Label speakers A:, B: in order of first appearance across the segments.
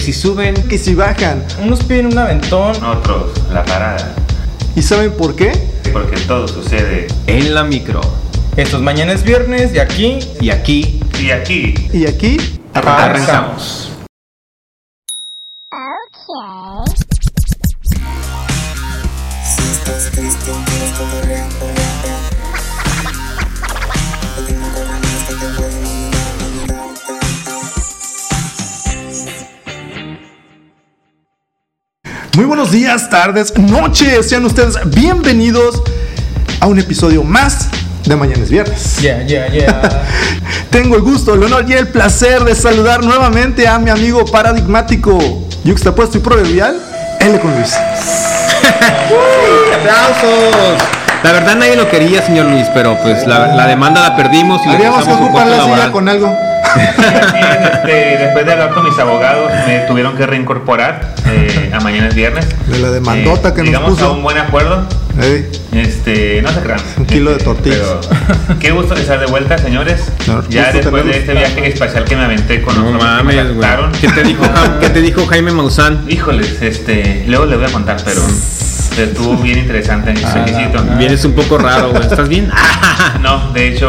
A: si suben,
B: que si bajan.
C: Unos piden un aventón.
D: Otros, la parada.
B: ¿Y saben por qué?
D: Porque todo sucede.
A: en la micro.
C: Estos mañana es viernes y aquí
A: Y aquí
D: Y aquí
B: Y aquí
A: arrancamos.
B: Muy buenos días, tardes, noches. Sean ustedes bienvenidos a un episodio más de Mañana es Viernes.
C: Ya, ya, ya.
B: Tengo el gusto, el honor y el placer de saludar nuevamente a mi amigo paradigmático, yuxtapuesto y proverbial, L. con Luis.
A: ¡Aplausos! La verdad nadie lo quería, señor Luis, pero pues la, la demanda la perdimos y le
B: Habríamos que
A: pasamos su
B: ocupar
A: puesto
B: la silla
A: laboral.
B: con algo.
D: Así es, este, después de hablar con mis abogados, me tuvieron que reincorporar eh, a mañana es viernes. Eh,
B: De la demandota que nos
D: llegamos
B: puso.
D: a un buen acuerdo.
B: Ey,
D: Este, no se crean.
B: Un kilo de
D: Este,
B: tortillas.
D: pero qué gusto estar de vuelta, señores.
B: No,
D: ya
B: gusto
D: después de
B: tenerlos.
D: este viaje espacial que me aventé con
A: No
D: los hombres que me
A: mames, güey.
D: raptaron.
A: ¿Qué te dijo, Ja- ¿Qué te dijo Jaime Maussan?
D: Híjoles, este, luego le voy a contar, pero pero estuvo bien interesante.
A: Ah,
D: felicito.
A: Vienes un poco raro, güey. ¿Estás bien? Ah,
D: No, de hecho,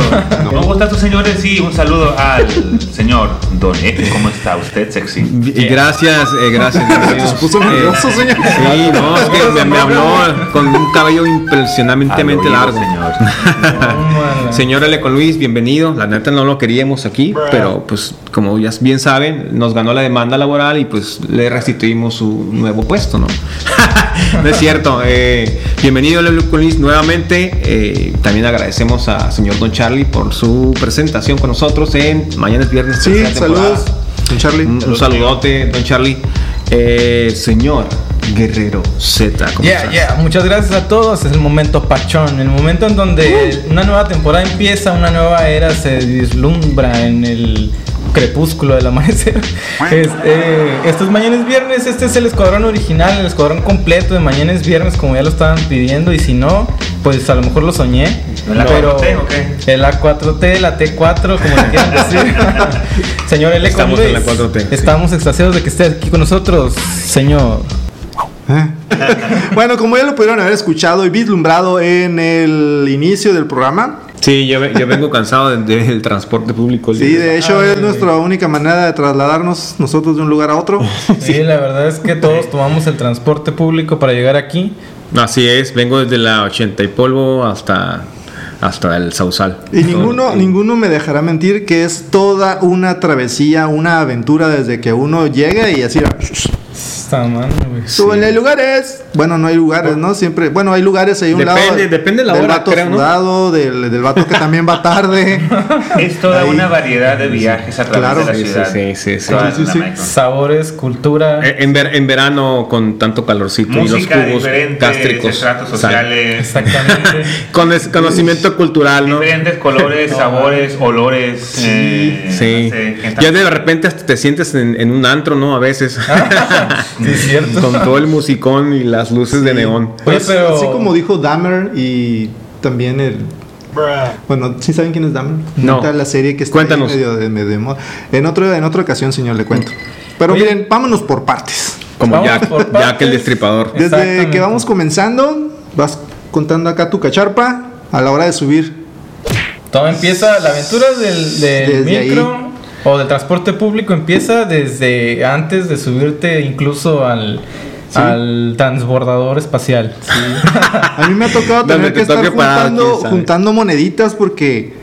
D: un gustazo, señores, y un saludo al señor Don Efe. ¿Cómo está usted, sexy?
A: Y Gracias, eh, gracias. gracias.
B: Se puso nervioso, señor.
A: Sí, no, es que me, me habló con un cabello impresionantemente
D: Al oído,
A: largo.
D: señor.
A: Señor L. con Luis, bienvenido. La neta no lo queríamos aquí, pero pues como ya bien saben, nos ganó la demanda laboral y pues le restituimos su nuevo puesto, ¿no? no es cierto. eh, bienvenido L. con Luis nuevamente. Eh, también agradecemos a señor Don Charlie por su presentación con nosotros en Mañana es Viernes.
B: Sí,
A: tercera temporada. Mm.
B: saludos, don Charlie.
A: Un, un saludote, Don Charlie. Eh, señor Guerrero Z, ¿cómo
C: Ya,
A: estás?
C: ya, muchas gracias a todos. Es el momento pachón, el momento en donde una nueva temporada empieza, una nueva era se vislumbra en el crepúsculo del amanecer. Este, estos mañanas viernes, este es el escuadrón original, el escuadrón completo de mañanas viernes, como ya lo estaban pidiendo. Y si no, pues a lo mejor lo soñé.
D: ¿El A4T
C: pero
D: o qué?
C: El A4T, la T4, como le quieran decir. señor L.
A: Estamos en la
C: Luis,
A: 4T, sí.
C: Estamos extasiados de que esté aquí con nosotros, señor.
B: Eh. Bueno, como ya lo pudieron haber escuchado y vislumbrado en el inicio del programa,
A: Sí, yo, ve- yo vengo cansado de- del transporte público.
B: sí, de hecho
C: Ay.
B: es nuestra única manera de trasladarnos nosotros de un lugar a otro.
C: Sí, la verdad es que todos tomamos el transporte público para llegar aquí.
A: Así es, vengo desde la 80 y polvo hasta, hasta el Sausal.
B: Y ninguno, ninguno me dejará mentir que es toda una travesía, una aventura desde que uno llega y así.
C: Está mal, güey.
B: Súbanle hay lugares. Bueno, no hay lugares, ¿no? Siempre. Bueno, hay lugares ahí a un lado.
A: Depende- depende la
B: del
A: hora,
B: vato
A: creo, ¿no?
B: sudado, del, del vato que también va tarde.
D: Es toda
B: Ahí.
D: una variedad de viajes a través
B: Claro.
D: de la
B: Sí,
A: sí,
D: ciudad.
A: sí, sí, sí.
D: Toda
B: Sí, sí,
D: la
B: sí.
D: micro.
C: Sabores, cultura.
A: Eh, En, ver- en verano con tanto calorcito y
D: Música
A: los cubos
D: diferente,
A: gástricos.
D: estratos
A: sal.
D: sociales,
C: Exactamente.
A: Con es- conocimiento cultural, ¿no?
D: diferentes colores,
C: No,
D: sabores, olores.
A: Sí.
D: eh, no sé, qué tal.
A: Ya de repente hasta te sientes en, en un antro, ¿no? A veces.
C: sí, es cierto.
A: Con todo el musicón y las luces Este de neón.
C: Oye,
B: Así-
C: pero-
B: Así como dijo Dahmer y también el. Bueno, ¿sí saben quién es Dahmer?
A: No.
B: Está la serie que está
A: Cuéntanos.
B: ahí medio de, medio de moda. En, otro, en otra ocasión, señor, le cuento. Pero
C: Oye.
B: miren, vámonos por partes.
A: Como
C: Vamos
A: Jack, Jack
C: por partes.
A: el destripador.
B: Desde
C: Exactamente.
B: que vamos comenzando, vas contando acá tu cacharpa a la hora de subir.
C: Todo empieza, la aventura del, del
B: Desde
C: micro
B: ahí.
C: o del transporte público empieza desde antes de subirte incluso al, al transbordador espacial.
B: A mí me ha tocado
A: Donde
B: tener
A: te
B: que estar
A: toque parado,
B: juntando,
A: quién sabe.
B: juntando moneditas porque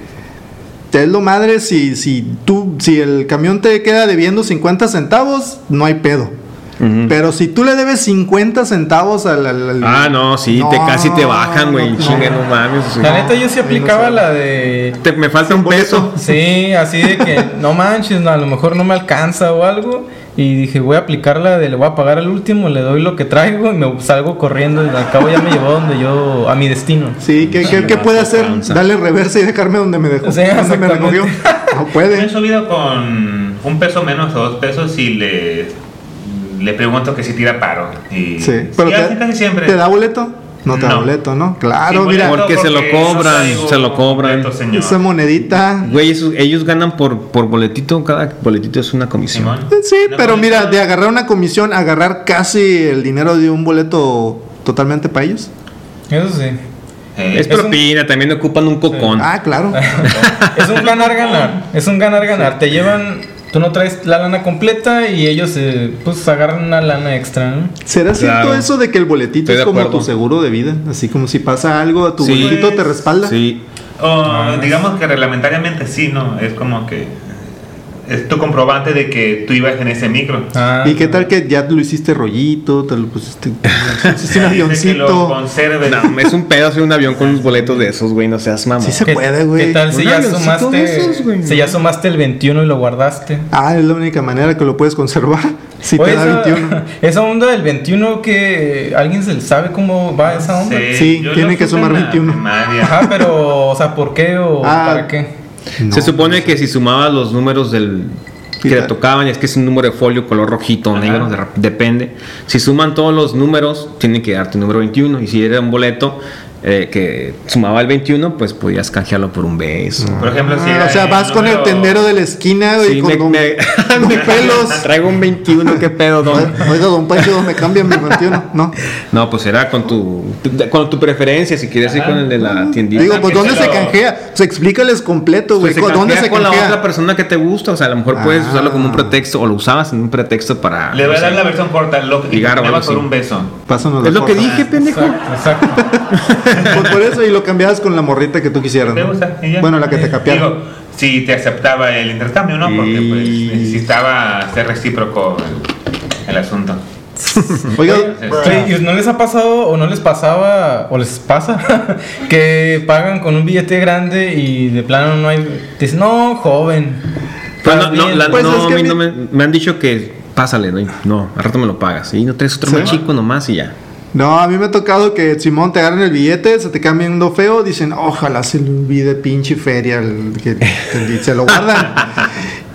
B: te es lo madre si, si tú, si el camión te queda debiendo 50 centavos, no hay pedo.
A: Ujú.
B: Pero si tú le debes 50 centavos al... al- al-
A: Mm. Ah, no, sí, te
B: No,
A: casi te bajan, güey.
B: no,
A: Chinga,
B: no.
A: no mames. sí.
C: La neta yo
B: ahí
C: sí
B: no
C: aplicaba
B: sabe.
C: la de
A: Te- me falta un peso.
C: Sí, así de que no manches, no, a lo mejor no me alcanza o algo. Y dije, voy a aplicarla de le voy a pagar al último, le doy lo que traigo y me salgo corriendo. Y al cabo ya me llevó donde yo, a mi destino.
B: Sí, ¿qué, qué, qué puede hacer?
A: tranza.
B: Dale reversa y dejarme donde me dejó.
C: Sí,
B: donde me
C: exactamente.
B: recogió. No
D: Me he
B: puede.
D: subido con un peso menos o dos pesos y le, le pregunto que si tira paro. Y
B: Sí,
D: y
B: pero
D: hace
B: te,
D: casi siempre.
B: te da boleto. No te da
D: No.
B: boleto, Ah, ¿no? Claro,
D: Sí,
B: mira.
D: boleto.
A: Porque se lo
D: Porque no
A: cobran,
D: traigo
A: se lo cobran.
D: boleto, señor.
B: Esa monedita.
A: Güey, esos- ellos ganan por, por boletito, cada boletito es una comisión.
D: Simón.
B: Sí,
D: Una
B: pero mira,
D: boleta.
B: de agarrar una comisión, agarrar casi el dinero de un boleto totalmente para ellos.
C: Eso sí.
D: Eh,
A: Es
C: un-
A: propina, también ocupan un cupón.
B: Ah, claro.
C: es un ganar ganar, es un ganar ganar. Te llevan, tú no traes la lana completa y ellos eh, pues agarran una lana extra, ¿no?
B: ¿Será cierto
A: Claro.
B: eso de que el boletito
A: Estoy
B: es
A: de
B: como
A: acuerdo.
B: tu seguro de vida? Así como si pasa algo, a tu
A: Sí.
B: boletito te respalda.
A: Sí,
D: o, oh, digamos que reglamentariamente sí, ¿no? Es como que. eh, Es tu comprobante de que tú ibas en ese micro.
C: Ah,
B: ¿Y qué tal que ya lo hiciste rollito, te lo pusiste, pusiste un
D: Dice que lo
B: avioncito?
D: conserve.
A: No, es un pedazo de un avión con unos boletos de esos, güey, no seas mamón.
B: Sí se
C: ¿Qué-
B: puede, güey.
C: ¿Qué tal si
A: Un
C: ya
A: avioncito
C: sumaste,
A: de esos, güey.
C: si ya sumaste el 21 y lo guardaste?
B: Ah, es la única manera que lo puedes conservar. Si
A: Pues
C: Oye,
B: te da
C: esa,
B: 21.
C: esa onda del 21 que alguien se sabe cómo va esa onda.
B: Sí,
D: yo
B: tiene
D: lo
B: que
D: supe
B: sumar
D: en la
B: 21.
D: primaria.
C: Ajá, pero, o sea, ¿por qué o
B: Ah.
C: para qué?
B: No.
A: Se supone que si sumabas los números del que le
B: Quita.
A: tocaban, es que es un número de folio color rojito o negro, de- depende. Si suman todos los números, tienen que darte el número 21. Y si era un boleto eh, que sumaba el 21, pues podías canjearlo por un beso.
D: Por ejemplo, si
B: Ah,
D: era
B: o sea,
D: el
B: vas con el
D: número-
B: tendero de la esquina güey,
A: Sí,
B: con
A: me-
B: don-
A: me-
B: con pelos.
A: Traigo un 21, qué pedo, don.
B: Oiga, don Pancho, me cambian mi 21. No.
A: No, pues era con tu, tu- con tu preferencia, si quieres ir con el de la tiendita.
B: Digo, pues
D: que
B: ¿dónde
D: se
B: se
D: lo-
B: canjea? O sea, explícales completo, güey.
A: Pues se
B: ¿Dónde
A: canjea
B: se
A: con la
B: canjea?
A: otra persona que te gusta, o sea, a lo mejor puedes
B: Ah.
A: usarlo como un pretexto o lo usabas en un pretexto para
D: Le voy
A: no
D: a dar
A: sé,
D: la versión corta. Lo que
A: Ligar o
D: cambiaba
A: algo
D: por
A: así.
D: un beso.
B: Pásanos la
A: Es lo que
B: foto.
A: dije, pendejo.
C: Exacto, exacto.
B: Pues por eso y lo cambiabas con la morrita que tú quisieras.
D: ¿Te
B: ¿no?
D: gusta? Y ya.
B: Bueno, la que te
D: Eh,
B: capearon.
D: Digo, si te aceptaba el intercambio, ¿no? Porque pues,
B: Y-
D: necesitaba ser recíproco el, el asunto.
B: Oiga,
C: Oye, ¿y ¿No les ha pasado o no les pasaba o les pasa que pagan con un billete grande y de plano no hay... Dicen, no, joven.
A: Pues no,
C: estás
A: no,
C: bien".
A: la-
B: Pues
A: no,
B: es que
A: a mí
B: mi-
A: no me, me han dicho que pásale, no, no, al rato me lo pagas. Y no traes otro
B: ¿Sí?
A: más chico nomás y ya.
B: no, a mí me ha tocado que Simón te agarren el billete, se te cambia uno feo, dicen, ojalá se le olvide pinche feria, el que, que se lo guardan.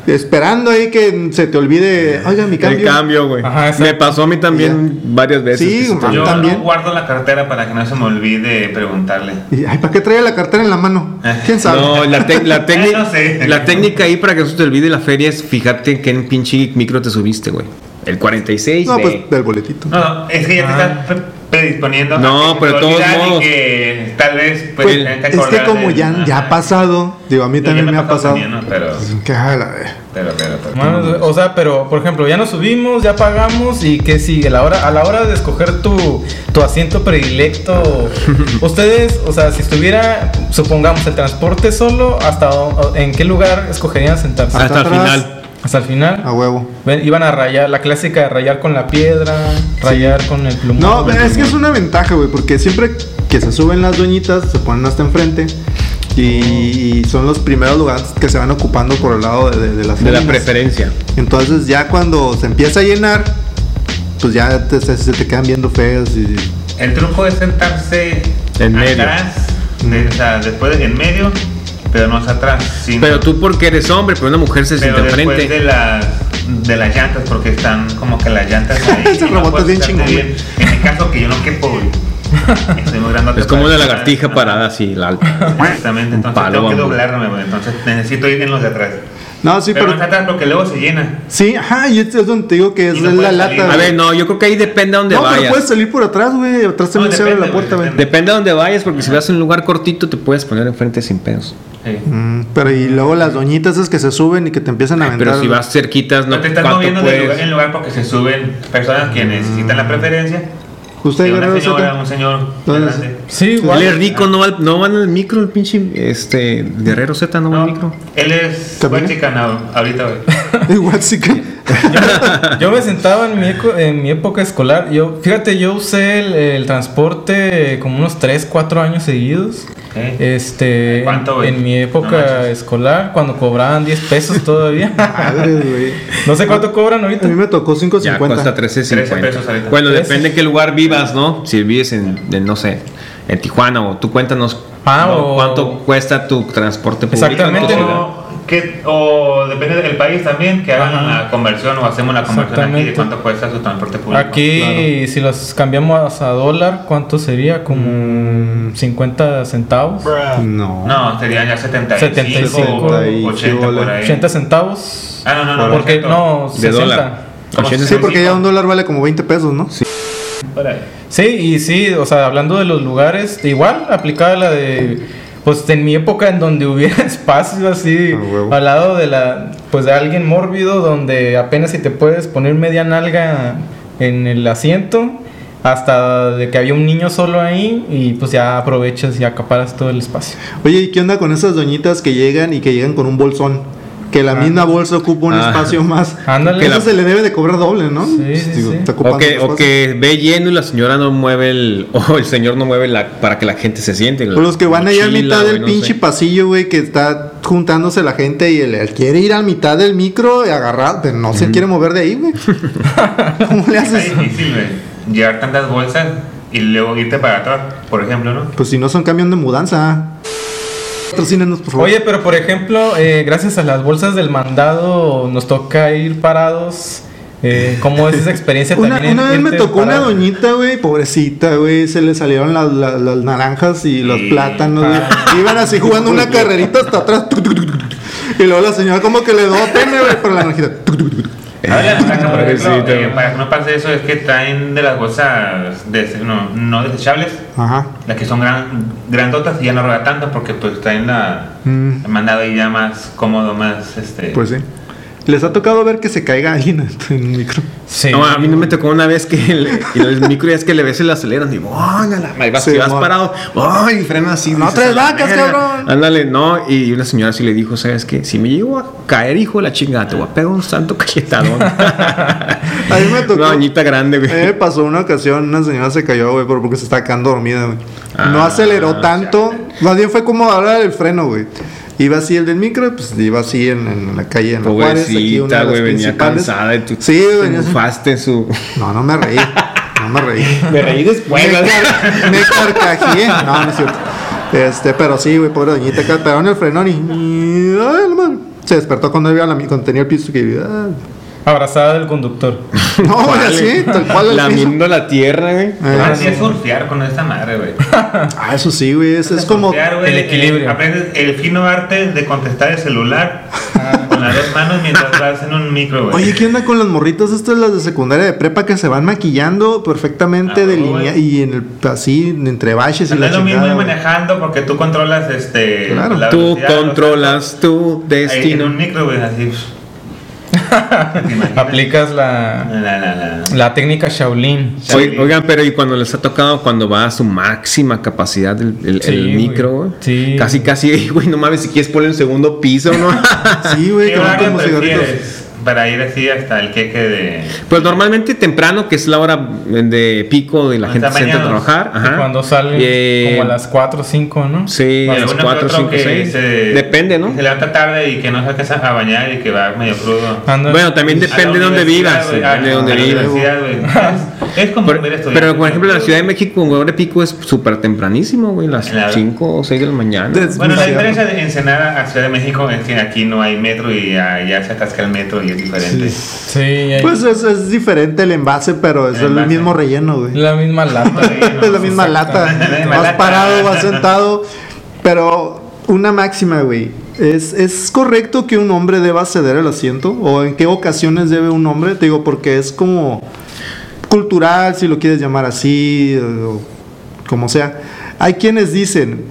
B: Esperando ahí que se te olvide, oiga, mi
A: El
B: cambio.
A: cambio, güey.
C: Ajá, exacto.
A: Me pasó a mí también varias veces.
B: Sí,
A: que se
B: man.
A: te-
D: Yo
B: también.
D: no guardo la cartera para que no se me olvide preguntarle.
B: Y, ay, ¿para qué trae la cartera en la mano? ¿Quién sabe?
A: No, la, tec- la, técnic-
D: No sé.
A: la técnica ahí para que no se te olvide la feria es fíjate que en pinche micro te subiste, güey. El 46.
B: No,
A: ve.
B: pues del boletito.
D: No, no, es que ya
B: Ah.
D: te estás pre- predisponiendo. a
A: No,
D: que
A: pero
D: se te
A: de todos
D: olvidan y
A: modos.
D: que tal vez pues,
B: Pues,
D: tengan
B: es que
D: acordar
B: como
D: del-
B: ya, ya ha
D: Ajá.
B: pasado, digo, a mí
D: Yo ya
B: también me, ha pasado.
D: también, ¿no? pero,
B: Que, ah, la ver-
D: pero, pero, pero.
C: Manos, o sea, pero por ejemplo, ya nos subimos, ya pagamos y que sigue a la hora a la hora de escoger tu, tu asiento predilecto. ustedes, o sea, si estuviera, supongamos el transporte solo, hasta o- en qué lugar escogerían sentarse?
A: Hasta el
B: atrás.
A: final.
C: Hasta el final.
B: a huevo.
C: Ven, iban a rayar, la clásica de rayar con la piedra, rayar con el plumón.
B: No,
C: con el
B: es que es una
C: plumón.
B: ventaja, güey, porque siempre que se suben las doñitas, se ponen hasta enfrente y, y son los primeros lugares que se van ocupando por el lado de, de- de las
A: De la
B: féminas.
A: preferencia.
B: Entonces ya cuando se empieza a llenar, pues ya te- se, se te quedan viendo feos y...
D: El truco es sentarse
A: En medio.
D: atrás, de- o sea, después de, en medio, pero no es atrás. sino-
A: Pero tú porque eres hombre, pero una mujer se
D: pero
A: sienta
D: después
A: enfrente.
D: de las de las llantas, porque están como que las llantas ahí.
B: Ese
D: y no
B: robot
D: puedes
B: es bien
D: sentarte
B: chingón,
D: En el caso que yo no quepo, güey. Estoy muy grandote
A: Es como
D: para
A: una
D: sentar.
A: lagartija
D: Ajá.
A: parada así, la alta.
D: Exactamente, entonces
A: Palo,
D: tengo que
A: vamos.
D: doblarme, güey, entonces necesito ir en los de atrás.
B: No, sí,
D: pero,
B: pero...
D: no está atrás porque luego se llena.
B: Sí, ajá, y este es donde te digo que es
D: Y no
B: la
D: puedes
B: lata.
D: salir.
A: A
B: güey.
A: ver, no, yo creo que ahí depende a dónde
B: no, pero
A: vayas.
B: puedes salir por atrás, güey, atrás también
D: No,
B: se abre la
D: depende,
B: puerta,
D: güey,
B: güey.
D: depende.
A: Depende a dónde vayas, porque si vas a un lugar cortito te puedes poner enfrente sin pedos.
D: Sí.
B: Mm, pero y luego las doñitas esas que se suben y que te empiezan a aventar.
A: Pero si vas cerquitas, no
D: No te estás
A: ¿cuánto
D: moviendo de
A: puedes? Mm.
D: lugar en lugar porque se suben personas que necesitan la preferencia.
B: Usted
D: Y una
B: Guerrero
D: señora,
B: Soto?
D: un señor.
B: ¿Dónde es?
D: grande.
C: Sí,
A: Él es
C: igual.
A: rico, no va, no va en el micro, el pinche este, Guerrero Z no va
D: No,
A: al micro.
D: él es
B: ¿También?
D: guachicanado ahorita, güey.
B: Igual sí que-
C: Yo me sentaba en mi, eco- en mi época escolar. Yo, fíjate, yo usé el, el transporte como unos 3, 4 años seguidos.
D: Ok.
C: Este,
D: ¿Cuánto, güey?
C: en, en mi
D: No
C: época
D: manches.
C: escolar, cuando cobraban 10 pesos todavía.
B: Madre, güey.
C: no sé cuánto cobran
B: A
C: ahorita.
B: mí me tocó
A: Ya cuesta 13.50.
B: 5.50.
D: 13 pesos ahorita.
A: bueno,
C: 13.
A: depende en qué lugar vivas, ¿no? Si vives en, en, no sé, en Tijuana o tú cuéntanos
C: Ah,
A: ¿no?
C: o-
A: cuánto cuesta tu transporte público. en tu
C: Exactamente,
A: ciudad.
C: ¿no?
D: que, o depende del país también, que hagan una conversión o hacemos la conversión aquí de
C: Exactamente.
D: cuánto cuesta su transporte público.
C: Aquí, si los cambiamos a dólar, ¿cuánto sería? Como 50 centavos.
B: Mm, No.
D: No, serían ya 75,
C: 75,
D: 80 por ahí.
C: 80 centavos.
D: Ah, no, no, no.
C: Porque
D: 80.
C: no,
A: De
C: 60.
A: dólar.
D: Como
A: Ochenta-
B: Sí, porque ya un dólar vale como 20 pesos, ¿no? Sí.
D: Por ahí.
C: Sí, y sí, o sea, hablando de los lugares, igual aplicaba la de. Pues en mi época en donde hubiera espacio así,
B: A huevo.
C: al lado de la. Pues de alguien mórbido, donde apenas si te puedes poner media nalga en el asiento, hasta de que había un niño solo ahí, y pues ya aprovechas y acaparas todo el espacio.
B: Oye, ¿y qué onda con esas doñitas que llegan y que llegan con un bolsón? Que la misma bolsa ocupa un
A: Ah.
B: espacio más.
C: Ándale.
B: Que eso
A: la-
B: se le debe de cobrar doble, ¿no?
C: Sí, sí, sí.
B: está ocupando
A: O que,
B: dos
A: o
B: cosas.
A: que ve lleno y la señora no mueve el. O el señor no mueve la. Para que la gente se siente.
B: O Pues los que van allá a
A: Mochila,
B: mitad del
A: güey, no
B: pinche
A: sé.
B: pasillo, güey, que está juntándose la gente y él, él quiere ir a mitad del micro y agarrar, pero no se quiere mover de ahí, güey. ¿Cómo le
D: Está
B: haces?
D: difícil, güey, Llevar tantas bolsas y luego irte para atrás, por ejemplo, ¿no?
B: Pues si no son camión de mudanza. Patrocínanos, por favor.
C: Oye, pero por ejemplo, eh, gracias a las bolsas del mandado nos toca ir parados. Eh, ¿Cómo es esa experiencia
B: Una,
C: también?
B: una vez me
C: irte
B: tocó una
C: parado?
B: doñita, güey, pobrecita, güey, se le salieron las, las- las naranjas y los
D: Sí.
B: plátanos, güey. Iban así jugando una carrerita hasta atrás. tuc, tuc, tuc, tuc, tuc. Y luego la señora como que le dio pene, güey, por la naranjita. tuc, tuc, tuc, tuc.
C: Ah,
D: Ahora la ventaja, por ejemplo,
A: Pobrecito.
D: eh, para que no pase eso es que traen de las bolsas des- no, no desechables,
B: Ajá.
D: las que son gran, grandotas y ya no rueda tanto porque pues traen la
B: Mm.
D: el mandado y ya más cómodo, más este.
B: Pues sí. ¿Les ha tocado ver que se caiga alguien en un micro?
C: Sí.
A: No, a mí no me tocó una vez que el, y el micro ya es que le ves el aceleran y ¡vángala! Ahí vas,
B: Sí,
A: y vas
B: amor.
A: parado, ¡ay! Frena así.
B: No
A: dices,
B: traes
A: "A la
B: vacas,
A: verga".
B: cabrón.
A: Ándale, no. Y una señora sí le dijo, ¿sabes qué? Si me llego a caer, hijo de la chingada, te voy a pegar un santo cachetadón.
B: A mí me tocó. Eh,
A: Una doñita grande, güey.
B: A mí me pasó una ocasión, una señora se cayó, güey, pero porque se estaba quedando dormida, güey. no
A: Ah,
B: aceleró tanto. Más bien fue como ahora el freno, güey. Iba así el del micro, pues iba así en, en la calle, en la Juárez, aquí una
A: Pobrecita,
B: de las
A: güey, venía
B: principales.
A: cansada y tú
B: Sí,
A: te
B: venía-
A: bufaste su...
B: No, no me reí. No me reí.
A: Me reí después.
B: Me, car- me carcajeé. No, no es cierto. Este, pero sí, güey, pobre doñita, que pegaron el frenón y. y- ay, la madre. Se despertó cuando, iba a la, mi- cuando tenía el piso que iba. ah.
C: Abrazada del conductor.
B: No, güey,
A: Vale.
B: así, tal cual. el piso.
A: Lamiendo la tierra, güey.
D: Ah,
B: Eh,
D: sí, es surfear con esta madre, güey.
B: Ah, eso sí, güey. Es, es como.
D: Surfear, güey,
C: el equilibrio.
D: eh, aprendes el fino arte de contestar el celular con las dos manos mientras vas en un micro, güey.
B: Oye, ¿qué onda con las morritas estas las de secundaria de prepa que se van maquillando perfectamente
D: Ah,
B: de
D: güey.
B: línea y en el, así entre valles y
D: No
B: la
D: es lo mismo
B: chingada,
D: ir
B: güey.
D: manejando porque tú controlas este.
B: Claro.
A: Tú
D: velocidad,
A: controlas tu
D: o sea, ahí En
A: destino.
D: un micro, güey, así. ¿Te imaginas?
C: Aplicas la,
D: La, la, la.
C: la técnica Shaolin.
A: Sí.
D: eh,
A: Oye, Oigan, pero ¿y cuando les ha tocado cuando va a su máxima capacidad el, el-
C: Sí,
A: el
C: güey.
A: micro? güey?
C: Sí.
A: Casi, casi, ey, güey, no mames, si quieres ponle un segundo piso, ¿no?
B: Sí, güey,
D: ¿Qué
B: que van
D: horario
B: como cigarritos.
D: prefieres para ir así hasta el queque de.
A: pues normalmente temprano, que es la hora mm, de pico y la
D: Hasta
A: gente se entra a
D: Ah, mañana.
A: trabajar.
C: Y
A: ajá.
B: Ah.
C: Cuando salen
A: Eh,
C: como a las 4 o 5, ¿no?
A: Sí, a las
D: alguno que
A: 4,
D: otro
A: 5,
D: que
A: 6.
D: se-
A: Depende, ¿no?
D: Se levanta tarde y que no se alcanza a bañar y que va medio crudo.
C: Anda-
A: Bueno, también
D: A la
A: depende de dónde
D: universidad,
A: vivas.
D: güey. Ah,
A: Depende de dónde
D: a la
A: vivas.
D: universidad, güey. Es, es como
A: Pero,
D: ver estudiante.
A: pero, por ejemplo, en la Ciudad de México, un hora de pico es súper tempranísimo, güey, las
D: Claro.
A: 5 o 6 de la mañana.
B: Des-
D: Bueno, la
B: Ciudad.
D: diferencia de Ensenada a Ciudad de México es que aquí no hay metro y allá se atasca el metro y es diferente.
C: Sí, ahí-
B: Pues es, es diferente el envase, pero es
D: El
B: el,
D: envase.
B: mismo relleno, güey.
C: la misma lata.
B: es la misma
D: La
B: lata.
D: misma
B: Vas
D: lata.
B: parado, vas sentado. Pero una máxima, güey. ¿Es, ¿Es correcto que un hombre deba ceder el asiento? ¿O en qué ocasiones debe un hombre? Te digo, porque es como cultural, si lo quieres llamar así, o como sea. Hay quienes dicen,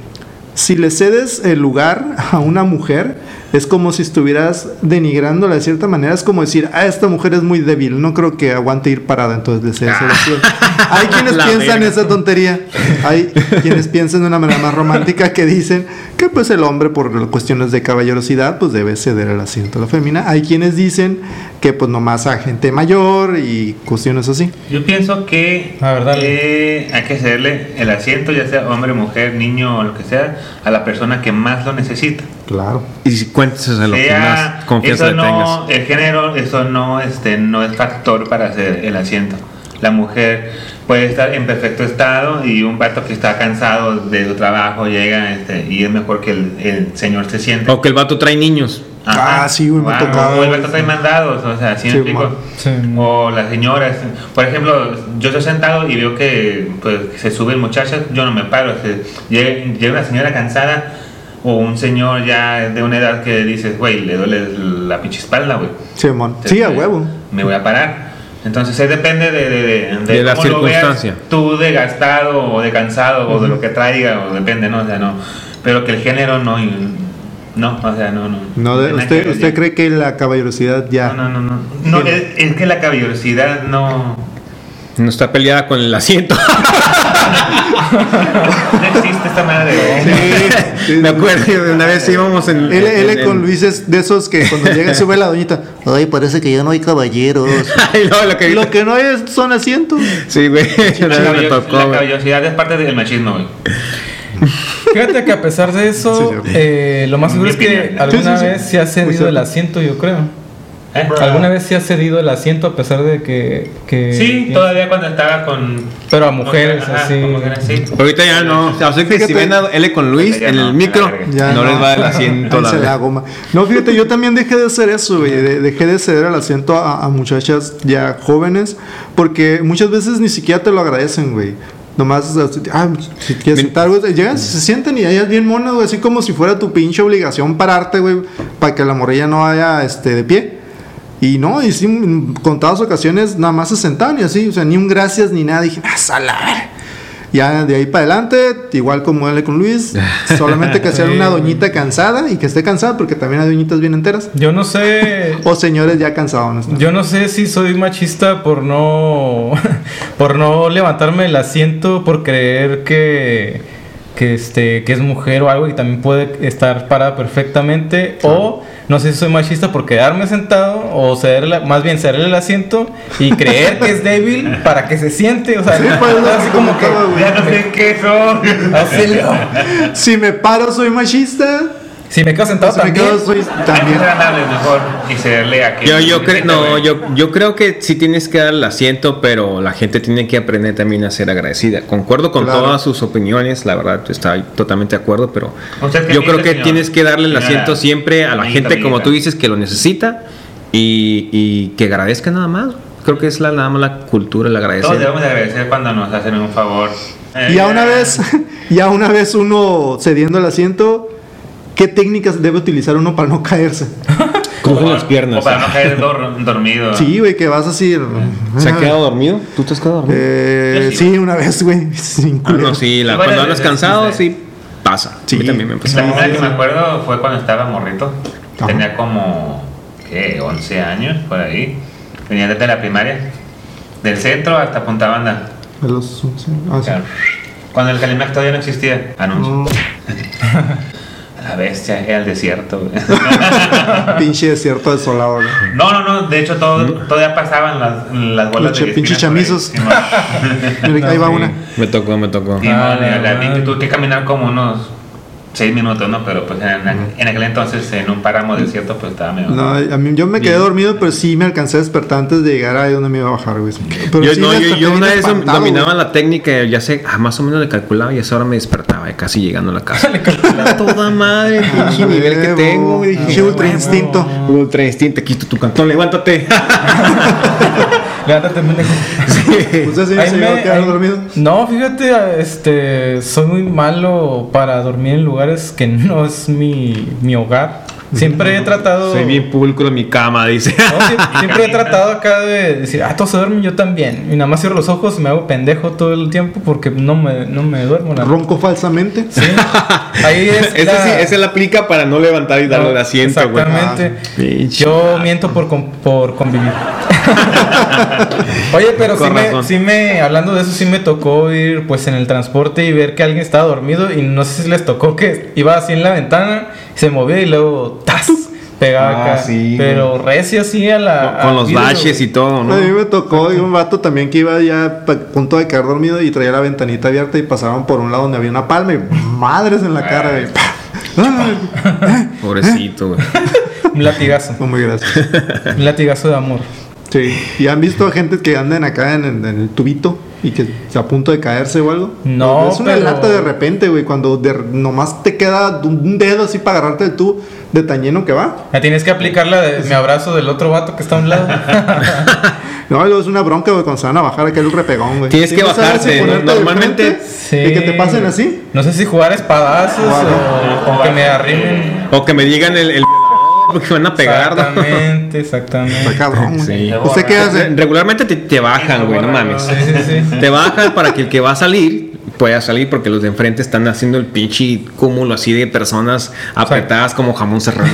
B: si le cedes el lugar a una mujer, es como si estuvieras denigrándola de cierta manera. Es como decir, ah, esta mujer es muy débil, no creo que aguante ir parada, entonces le cedes el asiento. Hay quienes
A: La
B: piensan
A: verga.
B: esa tontería. Hay quienes piensan de una manera más romántica que dicen que pues el hombre por cuestiones de caballerosidad pues debe ceder el asiento a la femina. Hay quienes dicen que pues nomás a gente mayor y cuestiones así.
D: Yo pienso que
C: A ver, dale.
D: eh, hay que cederle el asiento, ya sea hombre, mujer, niño o lo que sea, a la persona que más lo necesita.
B: Claro.
A: Y si cuéntese lo que
D: Sea-
A: más confianza
D: ah, eso
A: le tengas.
D: no, el género, eso no, este, no es factor para hacer el asiento. La mujer puede estar en perfecto estado y un vato que está cansado de su trabajo llega este, y es mejor que el, el señor se siente.
A: O que el vato trae niños.
D: Ajá.
B: Ah, sí, güey, me ha
D: Bueno,
B: tocado.
D: O el vato trae mandados, o sea, ¿sí me
B: Sí,
D: explico?
B: ma.
C: Sí.
D: O las señoras. Por ejemplo, yo estoy sentado y veo que pues, que se suben muchachas, yo no me paro. se- llega, llega una señora cansada o un señor ya de una edad que dices, güey, le duele la pinche espalda, güey.
B: Sí, mon. Sí,
A: Eh,
B: a
D: Entonces,
B: huevo.
D: Me voy a parar. Entonces, eh, depende de, de, de,
A: De la
D: cómo lo veas
A: circunstancia.
D: tú de gastado o de cansado o de lo que traiga, o depende, ¿no? O sea, no. Pero que el género no. No, o sea, no, no.
B: No, de-
D: tiene que
B: usted,
D: ver
B: usted
D: ya.
B: cree que la caballerosidad ya.
D: No, no, no. no. No,
B: Sí.
D: es, es que la caballerosidad no,
A: No está peleada con el asiento.
D: no existe esta madre.
B: Sí, sí,
A: Me acuerdo de una vez íbamos en.
B: Él, él
A: en-
B: con Luis es de esos que cuando llega sube la doñita. Ay, parece que ya no hay caballeros.
A: Ay, no, lo que.
B: Lo que no hay es- son asientos.
A: Sí, güey.
D: La,
A: una vez me
D: caballo-
A: tocó,
D: la
A: güey.
D: caballerosidad es parte del machismo, güey.
C: Fíjate que a pesar de
B: Sí,
C: eso,
B: cierto.
C: eh, lo más seguro
D: Mi
C: es que
D: opinión.
C: alguna
B: Sí, sí, sí.
C: vez se ha
B: Muy
C: cedido
B: cierto.
C: el asiento, yo creo.
D: ¿Eh?
C: Alguna vez se ha cedido el asiento a pesar de que. que-
D: Sí,
C: que-
D: todavía cuando estaba con.
C: Pero a mujeres,
D: Ajá,
C: así.
D: con mujeres, sí.
A: Ahorita ya no. O sea, sé que si
B: Fíjate.
A: ven a L con Luis
D: Ya
A: en
D: no,
A: el micro,
D: a la verga.
B: Ya
A: no
B: no.
A: les va el asiento. la
B: Ahí se la
A: verdad.
B: goma. No, fíjate, yo también dejé de hacer eso, güey. de- dejé de ceder el asiento a, a muchachas ya jóvenes, porque muchas veces ni siquiera te lo agradecen, güey. Nomás, o sea, ah, si te quieres
A: Mira.
B: sentar, güey, llegan, se sienten y ahí es bien mono, güey, así como si fuera tu pinche obligación pararte, güey, para que la morrilla no haya este, de pie. Y no, y sí, en contadas ocasiones nada más se sentaban y así, o sea, ni un gracias ni nada. Dije, ah, salar. Ya de ahí para adelante, igual como él con Luis, solamente que sea
C: Sí,
B: una
C: güey.
B: doñita cansada y que esté cansada, porque también hay doñitas bien enteras.
C: Yo no sé.
B: O señores ya cansados, ¿no? están?
C: Yo no sé si soy machista por no por no levantarme el asiento por creer que que este que es mujer o algo y también puede estar parada perfectamente o no sé si soy machista por quedarme sentado o ceder la- más bien ceder el asiento y creer que es débil para que se siente, o sea,
B: pues, es lo
C: así
B: que
C: como que
B: comentaba, güey.
D: Ya no sé qué son.
C: así lo-
B: Si me paro, soy machista.
C: si me quedo sentado
B: si me
C: también
B: quedo, soy
D: Hay que
B: también.
D: ser amables mejor y cederle a que.
A: Yo, yo, cre- no,
D: güey.
A: yo, yo creo que sí tienes que dar el asiento, pero la gente tiene que aprender también a ser agradecida. Concuerdo con
B: Claro.
A: todas sus opiniones, la verdad, estoy totalmente de acuerdo, pero
D: ¿Usted qué
A: yo creo
D: piensa,
A: que
D: señor?
A: tienes que darle el
D: Señora,
A: asiento siempre a la
D: amiguita,
A: gente, como
D: amiguita.
A: tú dices, que lo necesita y, y que agradezca nada más. Creo que es la, nada más la cultura, el
D: Todos
A: agradecer.
D: debemos de agradecer cuando nos hacen un favor. Eh,
B: Y a una vez, y a una vez uno cediendo el asiento, ¿qué técnicas debe utilizar uno para no caerse?
A: Crujen
D: o-
A: las piernas.
D: O para no caer dor-
C: Ah.
D: dormido.
B: Sí, güey, que vas así.
A: ¿Se ha quedado dormido? ¿Tú te has quedado dormido?
B: Eh,
D: Yo sí,
B: sí, una vez, güey. Sin
A: Ah,
B: culero.
A: no, sí, la-
D: Sí,
A: cuando
D: varias
A: andas
D: veces,
A: cansado,
D: sí.
A: sí pasa. A
B: Sí.
A: mí también me
D: Pues
A: pasa.
D: la primera
B: No,
D: que
B: sí.
D: me acuerdo fue cuando estaba morrito.
B: Ajá.
D: Tenía como, ¿qué? 11 años, por ahí. Venía desde la primaria. Del centro hasta Punta Banda.
B: A los once, ah,
D: O
B: sí.
D: sea, Cuando el Calimax todavía no existía. Anuncio. La bestia, era el desierto. güey.
B: Mm, pinche desierto desolado, güey.
D: no, no, no. De hecho, todo, todavía pasaban las, las bolas
B: Los
D: de
B: pinches
D: guillotina por ahí.
B: chamizos.
D: Simón.
B: Mira, ahí va
C: sí.
B: una.
A: Me tocó, me tocó.
D: Sí,
C: Ah,
D: no, la- la
C: la
D: pinche
C: madre.
D: tuve que caminar como unos 6 minutos, ¿no? Pero pues en, en aquel entonces en un páramo desierto pues estaba medio...
B: No, a mí, yo me quedé dormido, pero sí me alcancé a despertar antes de llegar ahí donde me iba a bajar, güey. Pero
A: yo,
B: sí
A: no,
B: me
A: yo,
B: desperté
A: yo
B: bien
A: una vez
B: espantado,
A: dominaba
B: güey.
A: la técnica, ya sé, ah, más o menos le calculaba y a esa hora me despertaba, eh, casi llegando a la casa.
C: Le calculaba.
A: A toda madre, pinche
B: Ah,
A: nivel que
B: huevo,
A: tengo. güey,
B: pinche
A: dije,
B: ultra
A: "Bueno,
B: instinto".
A: Ultra instinto, quito tu cantón, levántate.
C: levántate pendejo.
A: Sí.
B: ¿Usted sí
C: Ahí
B: Pues se
C: me-
B: llegó a quedar
C: ahí-
B: dormido?
C: No, fíjate, este, soy muy malo para dormir en lugares que no es mi, mi hogar. Siempre he tratado.
A: Soy bien pulcro en mi cama, dice.
C: No, sie- siempre, he tratado acá de decir, ah, todos se duermen, yo también. Y nada más cierro los ojos y me hago pendejo todo el tiempo porque no me, no me duermo. la-
B: Ronco falsamente.
C: Sí. Ahí es.
A: Ese
C: la-
A: sí, ese la aplica para no levantar y darle el asiento, güey.
C: Exactamente.
A: Ah, pinche
C: Yo miento por, con- por convivir. Oye, pero sí
A: Con
C: me,
A: razón.
C: sí me, hablando de eso, sí me tocó ir pues en el transporte y ver que alguien estaba dormido y no sé si les tocó que iba así en la ventana, se movía y luego ¡tas! pegaba
A: Ah,
C: acá.
A: sí.
C: Pero recio así a la...
A: Con, con los baches y todo, ¿no?
B: A mí me tocó y un vato también que iba ya a punto de caer dormido y traía la ventanita abierta y pasaban por un lado donde había una palma y madres en
A: Ah,
B: la cara. güey. Ay,
A: Pobrecito, güey.
B: ¿eh?
C: Un latigazo.
B: Fue muy gracioso.
C: un latigazo de amor.
B: Sí. ¿Y han visto a gente que andan acá en, en- en el tubito y que está a punto de caerse o algo?
C: No,
B: Es una
C: pero-
B: lata de repente, güey, cuando de- nomás te queda un dedo así para agarrarte el tubo de tan lleno que va.
C: Ya tienes que aplicar la de mi abrazo del otro vato que está a un lado.
B: No, y luego es una bronca, güey, cuando se van a bajar aquel repegón, güey.
A: Tienes
B: Si
A: que
B: no sabes si
A: bajarte, ¿no?
B: ponerte de
A: Normalmente-
B: frente Y que te pasen así.
C: No sé si jugar espadazos
B: Guau.
C: o, o que me arrimen.
A: O que me digan el, el porque van a pegar. ¿no?
C: Exactamente,
B: Está
C: exactamente.
B: cabrón, güey.
A: Sí.
B: ¿Usted qué hace?
A: Regularmente te, te bajan, ah, güey, no mames.
C: Sí, sí, sí.
A: Te bajan para que el que va a salir pueda salir porque los de enfrente están haciendo el pinche cúmulo así de personas apretadas como jamón serrano.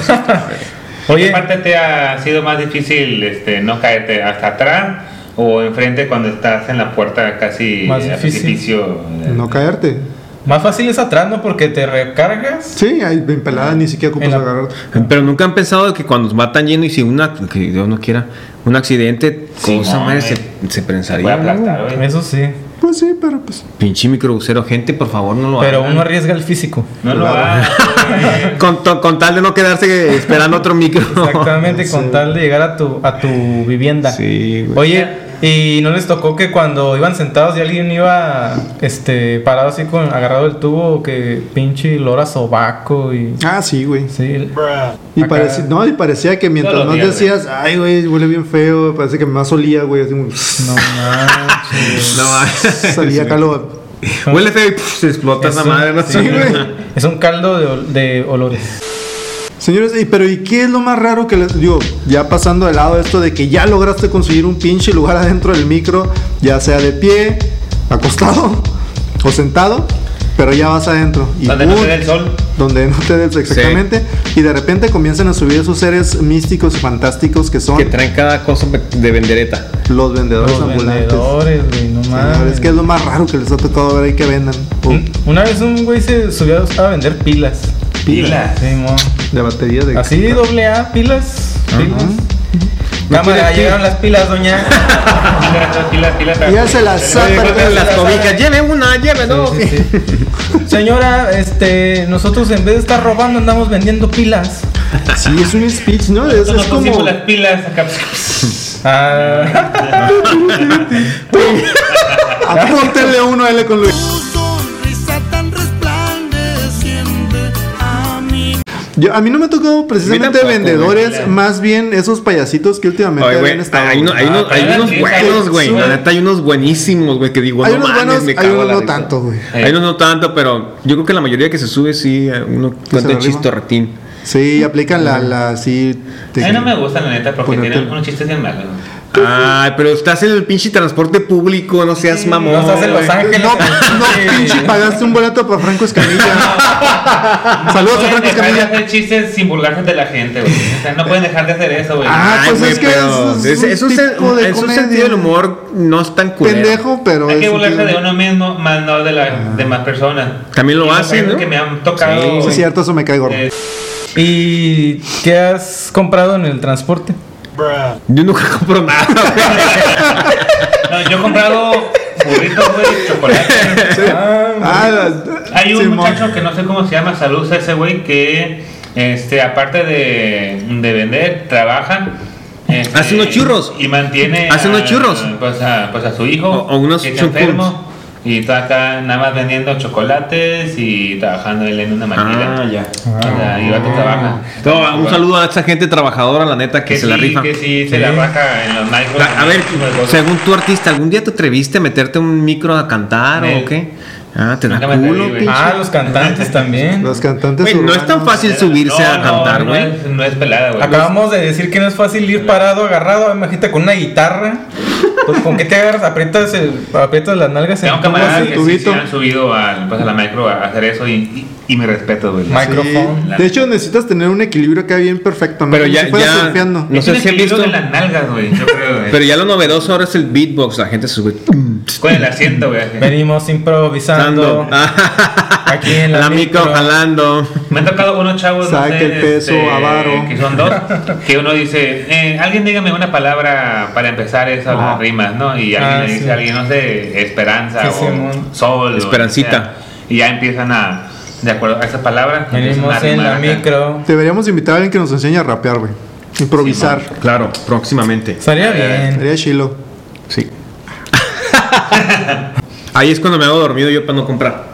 D: ¿Qué
C: Oye,
D: parte te ha sido más difícil este, no caerte hasta atrás o enfrente cuando estás en la puerta casi
C: Más
D: al
C: difícil.
D: precipicio? eh,
B: No caerte.
C: más fácil es atrás, ¿no? Porque te recargas.
B: Sí, ahí bien pelada, ni siquiera ocupas
C: En la-
B: agarrarte.
A: Pero nunca han pensado que cuando matan lleno y si una, que Dios no quiera, un accidente,
D: Sí,
A: cosa
D: no,
A: madre,
C: eh.
D: güey.
A: se, se
D: Te voy
A: pensaría.
D: a
A: ¿no?
D: aplastar, güey.
C: Eso sí.
B: Pues sí, pero pues.
A: Pinche microbusero, gente, por favor, no lo
C: Pero
A: hagan.
C: uno arriesga el físico.
D: No ah, lo
B: Claro.
D: hagas. güey.
A: Con, to- con tal de no quedarse esperando otro micro.
C: Exactamente,
B: Sí.
C: con tal de llegar a tu, a tu vivienda.
A: Sí, güey.
C: Oye, ¿y no les tocó que cuando iban sentados y alguien iba este, parado así con agarrado el tubo que pinche lora sobaco y...
B: Ah, sí, güey.
C: Sí,
B: Y
C: Acá.
B: parecía, no, y parecía que mientras
D: Todos los
B: más
D: días, güey.
B: decías, ay, güey, huele bien feo, parece que más olía, güey, así como,
C: no manches.
A: No,
B: salía calor.
A: Huele feo y pff, se explota
C: Es
A: esa
C: un-
A: madre, no
C: sí,
A: sé,
B: güey.
A: güey.
C: Es un caldo de, ol- de olores.
B: Señores, ¿y, pero ¿y qué es lo más raro que les digo? Ya pasando de lado esto de que ya lograste conseguir un pinche lugar adentro del micro, ya sea de pie, acostado o sentado, pero ya vas adentro. Y
D: Donde no
B: ¡pum!
D: te dé el sol.
B: Donde no te des exactamente. Y de repente comienzan a subir esos seres místicos y fantásticos que son
A: Que traen cada cosa de vendereta.
B: los vendedores
C: Los
B: ambulantes.
C: vendedores, güey, no
B: Señores,
C: mames.
B: ¿qué es lo más raro que les ha tocado ver ahí que vendan? O
C: Un- Una vez un güey se subió a vender pilas.
D: Pilas.
C: Sí, mo.
B: de batería de
C: Así doble A, pilas. pilas.
A: No
C: Cámara,
A: tiene
C: llegaron las pilas, doña.
D: Pilas, pilas, pilas.
B: Ya se las
A: Oye,
B: saca.
A: corten las cobijas, lleve una, lleve dos.
C: Sí, sí, sí. Señora, este, nosotros en vez de estar robando andamos vendiendo pilas.
B: Sí, es un speech, ¿no? Es,
D: Nosotros
B: es como.
D: pusimos las pilas acá.
C: Ah,
B: Apóntenle uno a L con Luis.
E: sonrisa tan resplandeciente a mi
B: Yo- a mí no me ha tocado precisamente
A: tampoco,
B: vendedores,
D: güey.
B: más bien esos payasitos que últimamente
A: Oye, güey,
B: habían estado.
A: hay, uno- hay unos, hay
D: Ah,
A: unos
D: sí,
A: buenos, güey.
D: sí.
A: La neta, hay unos buenísimos, güey, que digo,
B: Hay
A: no
B: unos
A: mames,
B: buenos,
A: me
B: hay
A: cago en
B: unos
A: la
B: no
A: risa.
B: tanto, güey.
A: Hay unos no tanto, pero yo creo que la mayoría que se sube sí, eh, uno cuenta
B: la
A: el
B: rifa.
A: chistorretín.
B: Sí, aplican la, la sí. te-
D: A mí no me gustan, la neta, porque
B: Ponete-
D: tienen unos chistes bien malos.
A: Ay, pero estás en el pinche transporte público, no seas mamón.
C: no estás en Los
A: güey.
C: Ángeles.
B: No, no, pinche, pagaste un boleto para Franco Escamilla. Saludos a
D: pueden
B: Franco
D: dejar de
B: Escamilla.
D: hacer chistes sin burlarse de la gente, güey. O sea, no pueden dejar de hacer eso, güey.
B: Ah,
A: Ay,
B: pues
A: güey,
B: es que
A: pero
B: es- es un
A: sen-
B: tipo de
A: es un
B: comedia.
A: sentido del humor no es tan culero.
B: Pendejo, pero.
D: Hay que
B: es un
D: burlarse
B: tío.
D: de uno mismo, más no de las demás personas.
A: También lo
D: Y
A: hacen,
D: ejemplo
A: ¿no?
D: que me han tocado.
A: Sí,
B: Sí, es cierto, eso me cae gordo.
D: eh,
C: ¿Y qué has comprado en el transporte?
A: Yo nunca compro nada, güey.
D: no, yo he comprado burritos, güey, chocolate.
B: Ah, la-
D: Hay un
B: Simón.
D: muchacho que no sé cómo se llama, saludos a ese güey que, este, aparte de, de vender, trabaja. este,
A: Hace unos churros.
D: Y mantiene.
A: Hace unos
D: a-
A: churros.
D: Pues a, pues a su hijo.
A: O- o unos
D: que está
A: chucuns.
D: enfermo. Y está acá nada más vendiendo chocolates y trabajando él en una maquila.
A: Ah, ya.
D: O sea, y vato trabaja.
A: No, un saludo a esa gente trabajadora, la neta, que,
D: Que
A: se la
D: sí,
A: rifa.
D: Que sí, se la
C: Sí.
D: raja en los micros.
A: La- a ver,
D: Luego-
A: según tu artista, ¿algún día te atreviste a meterte un micro a cantar
D: Nel.
A: o qué? Ah, te da
D: Nunca me atreví,
A: culo,
D: güey.
A: pinche.
C: Ah, los cantantes también.
B: Los cantantes.
A: Güey, no es tan
B: urbanos.
A: fácil subirse
D: No,
A: a
D: no,
A: cantar,
D: no
A: güey.
D: es- No es pelada, güey.
C: Acabamos de decir que no es fácil ir parado, agarrado, imagínate con una guitarra. Pues, ¿Con qué te agarras? Aprietas, el- aprietas las nalgas en
D: Tengo
C: el tubo
D: camaradas
C: así.
D: que sí,
B: tubito.
D: se han subido al, pues, a la micro a hacer eso y, y, y mi respeto, güey.
C: Mike.
B: Sí.
C: Micrófono.
B: De hecho, necesitas tener un equilibrio acá bien perfecto. ¿no?
A: Pero
B: Como
A: ya-
B: si fueras
A: ya-
B: surfeando.
A: No
D: Es
A: sé
D: un
A: si han
D: equilibrio
A: visto-
D: de las nalgas, güey, yo creo, güey.
A: Pero ya lo novedoso ahora es el beatbox, la gente se sube.
D: Con el asiento, güey. así.
C: Venimos improvisando. Aquí en la,
A: La micro
C: micro.
A: jalando.
D: Me han tocado unos chavos. este,
B: Saque el peso, avaro.
D: Que son dos. Que uno dice, eh, alguien dígame una palabra para empezar esas
B: Ah.
D: rimas, ¿no? Y alguien
C: Ah,
D: le dice,
C: sí.
D: a alguien, no sé, esperanza
C: Sí,
D: o
C: Simón.
D: sol. o
A: Esperancita.
D: lo que sea. Y ya empiezan a, de acuerdo a esas palabras. empiezan a
C: Venimos en
D: rimar
C: la
D: acá.
C: micro.
B: Deberíamos invitar a alguien que nos enseñe a rapear, güey. Improvisar.
A: Claro, próximamente.
C: Estaría bien.
B: Sería chilo.
A: Sí. Ahí es cuando me hago dormido yo para no comprar.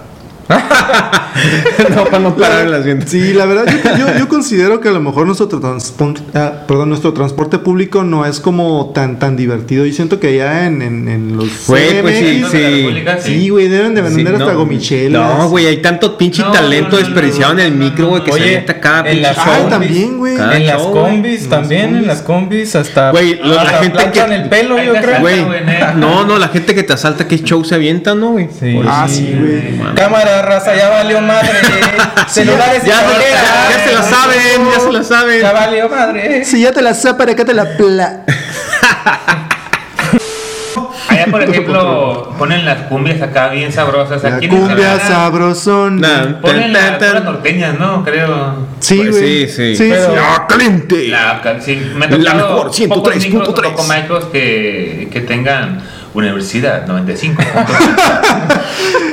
A: no, para no parar en las ventas.
B: Sí, la verdad, yo, yo- yo considero que a lo mejor nuestro, transpon- ah, perdón, nuestro transporte público no es como tan tan divertido. Yo siento que allá en, en, en los
A: Güey, pues sí,
B: CDMX,
A: sí.
B: Sí, güey, deben de vender
A: Sí,
B: hasta
A: no,
B: gomichelas.
A: No, güey, hay tanto pinche
D: No,
A: talento
D: no, no,
A: desperdiciado
D: no,
A: en el
D: no,
A: micro,
D: no,
A: güey, que
D: no.
A: se
D: Oye,
A: avienta cada
C: en
A: pinche.
C: las
B: Ah,
C: combis,
B: también, güey.
A: Cada
C: en las
A: show,
C: combis también, en las combis, hasta.
A: Güey, lo- la
C: hasta
A: gente
C: plantan
A: que-
C: el pelo,
D: Hay
C: yo
D: que
C: creo.
D: hacer-
A: Güey,
D: güey, neta.
A: no, no, la gente que te asalta, qué show se avienta, ¿no, güey? Pues,
C: Sí.
B: Ah, sí, güey.
C: Cámara, raza, ya valió madre. Celulares y
A: Ya, se-
C: carteras.
A: ya- ya se la saben, ya se la saben.
C: Ya valió madre.
B: Si ya te la sé, para acá te la pla.
D: Allá, por ejemplo, ponen las cumbias acá bien sabrosas.
B: La
D: Aquí en
B: cumbia
D: Ensenada
B: sabrosón.
A: Nah.
D: Ponen las
A: Tan, tan, tan.
D: puras norteñas, ¿no? Creo.
B: Sí,
A: Pues
B: güey.
A: sí, sí.
B: sí.
C: Pero-
A: ¡Ah, caliente!
D: La, sí, me ha
A: La
D: tocado
A: mejor,
D: pocos
A: 103.3.
D: micros, pocos micros que, que tengan Universidad 95.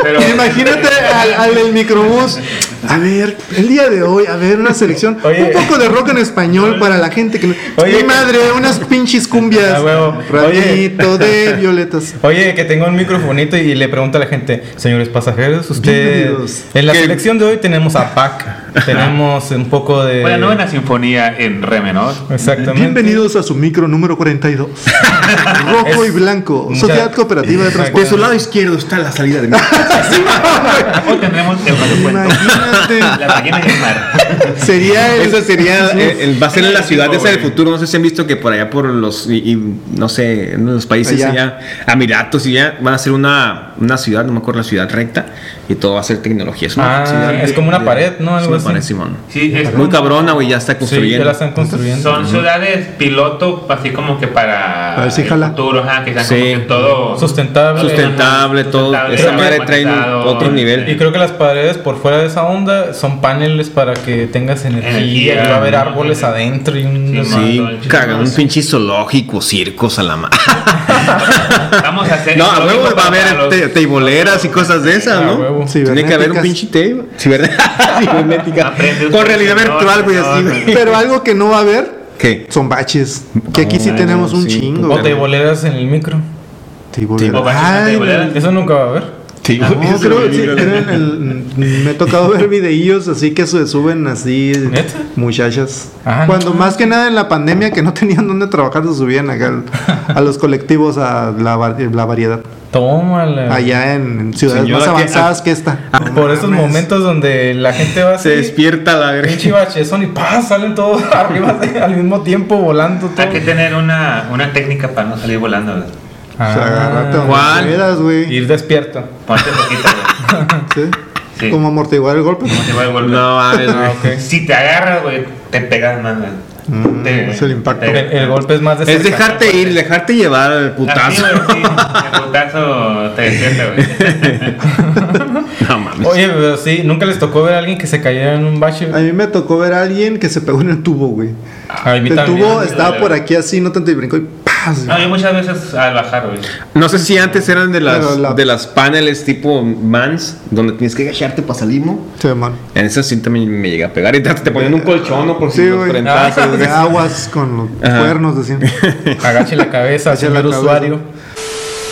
D: Pero,
B: Imagínate al, al del microbús. A ver, el día de hoy, a ver, una selección.
C: Oye.
B: Un poco de rock en español para la gente que no.
C: Oye.
B: Mi madre, unas pinches cumbias.
C: A huevo.
B: Ramito de violetas.
C: Oye, que tengo un microfonito y le pregunto a la gente, señores pasajeros,
B: Bienvenidos.
C: ustedes. En la
A: ¿Qué?
C: selección de hoy tenemos a Pac, tenemos un poco de.
D: Fue la novena sinfonía en re menor.
C: Exactamente.
B: Bienvenidos a su micro número 42. Rojo
C: Es-
B: y blanco.
C: Mucha-
B: Sociedad Cooperativa de
C: Exacto.
A: De
B: Transporte.
A: su lado izquierdo está la salida de
C: Ah,
D: Hoy tendremos el cuento.
B: Imagínate.
D: La ballena en el mar.
B: Sería el-
A: Eso sería, eh,
B: Jesús.
A: el- el- va a ser en la ciudad esa del
D: Güey.
A: futuro. No sé si han visto que por allá, por los, y, y no sé, en los países
B: Allá.
A: allá, Emiratos y ya, van a ser una, una ciudad, no me acuerdo la ciudad recta, y todo va a ser tecnología. Es una
C: Ah,
A: ciudad
C: es como una pared, ¿no?
A: es
C: Algo
A: una
C: así.
A: pared, Simón.
D: Sí, es
A: Muy
D: un-
A: cabrona, güey, ya está
C: Sí, ya
A: construyendo.
C: la están construyendo.
D: Son ciudades piloto, así como que para
B: A ver si
D: el
B: jala.
D: futuro, ajá, que sean
A: Sí.
D: como que todo
C: Sustentable.
A: Sustentable, todo.
D: Sustentable,
A: Esa madre trae
D: automatizado,
A: otro nivel.
C: Y creo que las paredes por fuera de esa onda son paneles para que tengas energía.
D: Energía.
C: y va a haber árboles adentro y un.
D: Sí,
A: Sí,
D: Mando, el chico
A: caga, un
D: más.
A: pinche zoológico, circos a la madre.
D: Vamos a hacer.
A: No, a huevo va a
D: para
A: haber este
D: los-
A: te- teiboleras y cosas de esas,
C: A
A: ¿no?
C: huevo.
A: Tiene que haber un
B: Cibernéticas.
A: pinche table. Cibernética. Cibernética.
D: Aprende usted,
A: Con realidad
D: señor,
A: virtual, güey, así,
D: señor.
A: güey.
B: Pero algo que no va a haber
A: ¿Qué?
B: son baches. Que aquí sí
A: No,
B: tenemos un
A: sí,
B: chingo.
C: O
B: güey.
C: te boleras en el micro.
B: Tiburón.
D: O baches de
B: Ay,
D: tiburones.
C: Eso nunca va a haber.
A: Sí,
B: Ah, No,
A: güey, eso
B: creo,
A: es
B: sí,
A: horrible.
B: creo en el- mm, me he tocado ver videillos así que se suben así
C: ¿Neta?
B: muchachas.
C: Ah,
B: Cuando
C: no.
B: más que nada en la pandemia que no tenían dónde trabajar se subían acá al- a los colectivos a la, va- la variedad.
C: Tómala.
B: Allá en, en ciudades
A: Ah. Señora,
B: más
A: ¿qué-
B: avanzadas que esta.
C: Por esos momentos donde la gente va a
A: Se despierta la
C: Pinche
A: verga.
C: bachezón y ¡pah! salen todos arriba de- al mismo tiempo volando todo.
D: Hay Ah, que tener una, una técnica para no salir volando. güey.
B: O sea, agárrate donde
A: Ah, ¿cuál?
B: puedas, güey.
C: Ah, Ir despierto.
D: Ponte poquito, güey.
B: Sí.
D: Sí.
B: Como amortiguar el golpe.
D: Como te va a volver.
A: No, a ver,
C: Ah,
A: güey.
C: ok.
D: Si te agarras, güey, te pegas más, güey.
B: Mm,
D: Te-
B: es el impacto.
C: El, el golpe es más de
A: Es
C: cerca.
A: dejarte ir, dejarte llevar al
D: Así,
A: putazo.
D: güey, Ah, sí, el putazo te despierta, güey.
A: No mames.
C: Oye, pero sí, nunca les tocó ver a alguien que se cayera en un bache.
B: A mí me tocó ver a alguien que se pegó en el tubo, güey.
C: Ay,
B: El tubo estaba
D: güey.
B: por aquí así, no tanto y brincó y ¡paz!
D: No, yo muchas veces al bajar, güey.
A: No sé si antes eran de
B: Pero
A: las,
B: la-
A: de las paneles tipo mans, donde tienes que agacharte para salir, ¿no?
B: Se man.
A: En esas sí también me llegué a pegar. Y te te ponían un colchón o por si
B: Sí,
A: los
B: güey.
A: frentazos,
B: Ah,
A: güey.
B: de aguas con los
A: Ajá.
B: cuernos, decían.
C: Agache la cabeza,
B: Agache la
C: señor
B: cabeza.
C: usuario.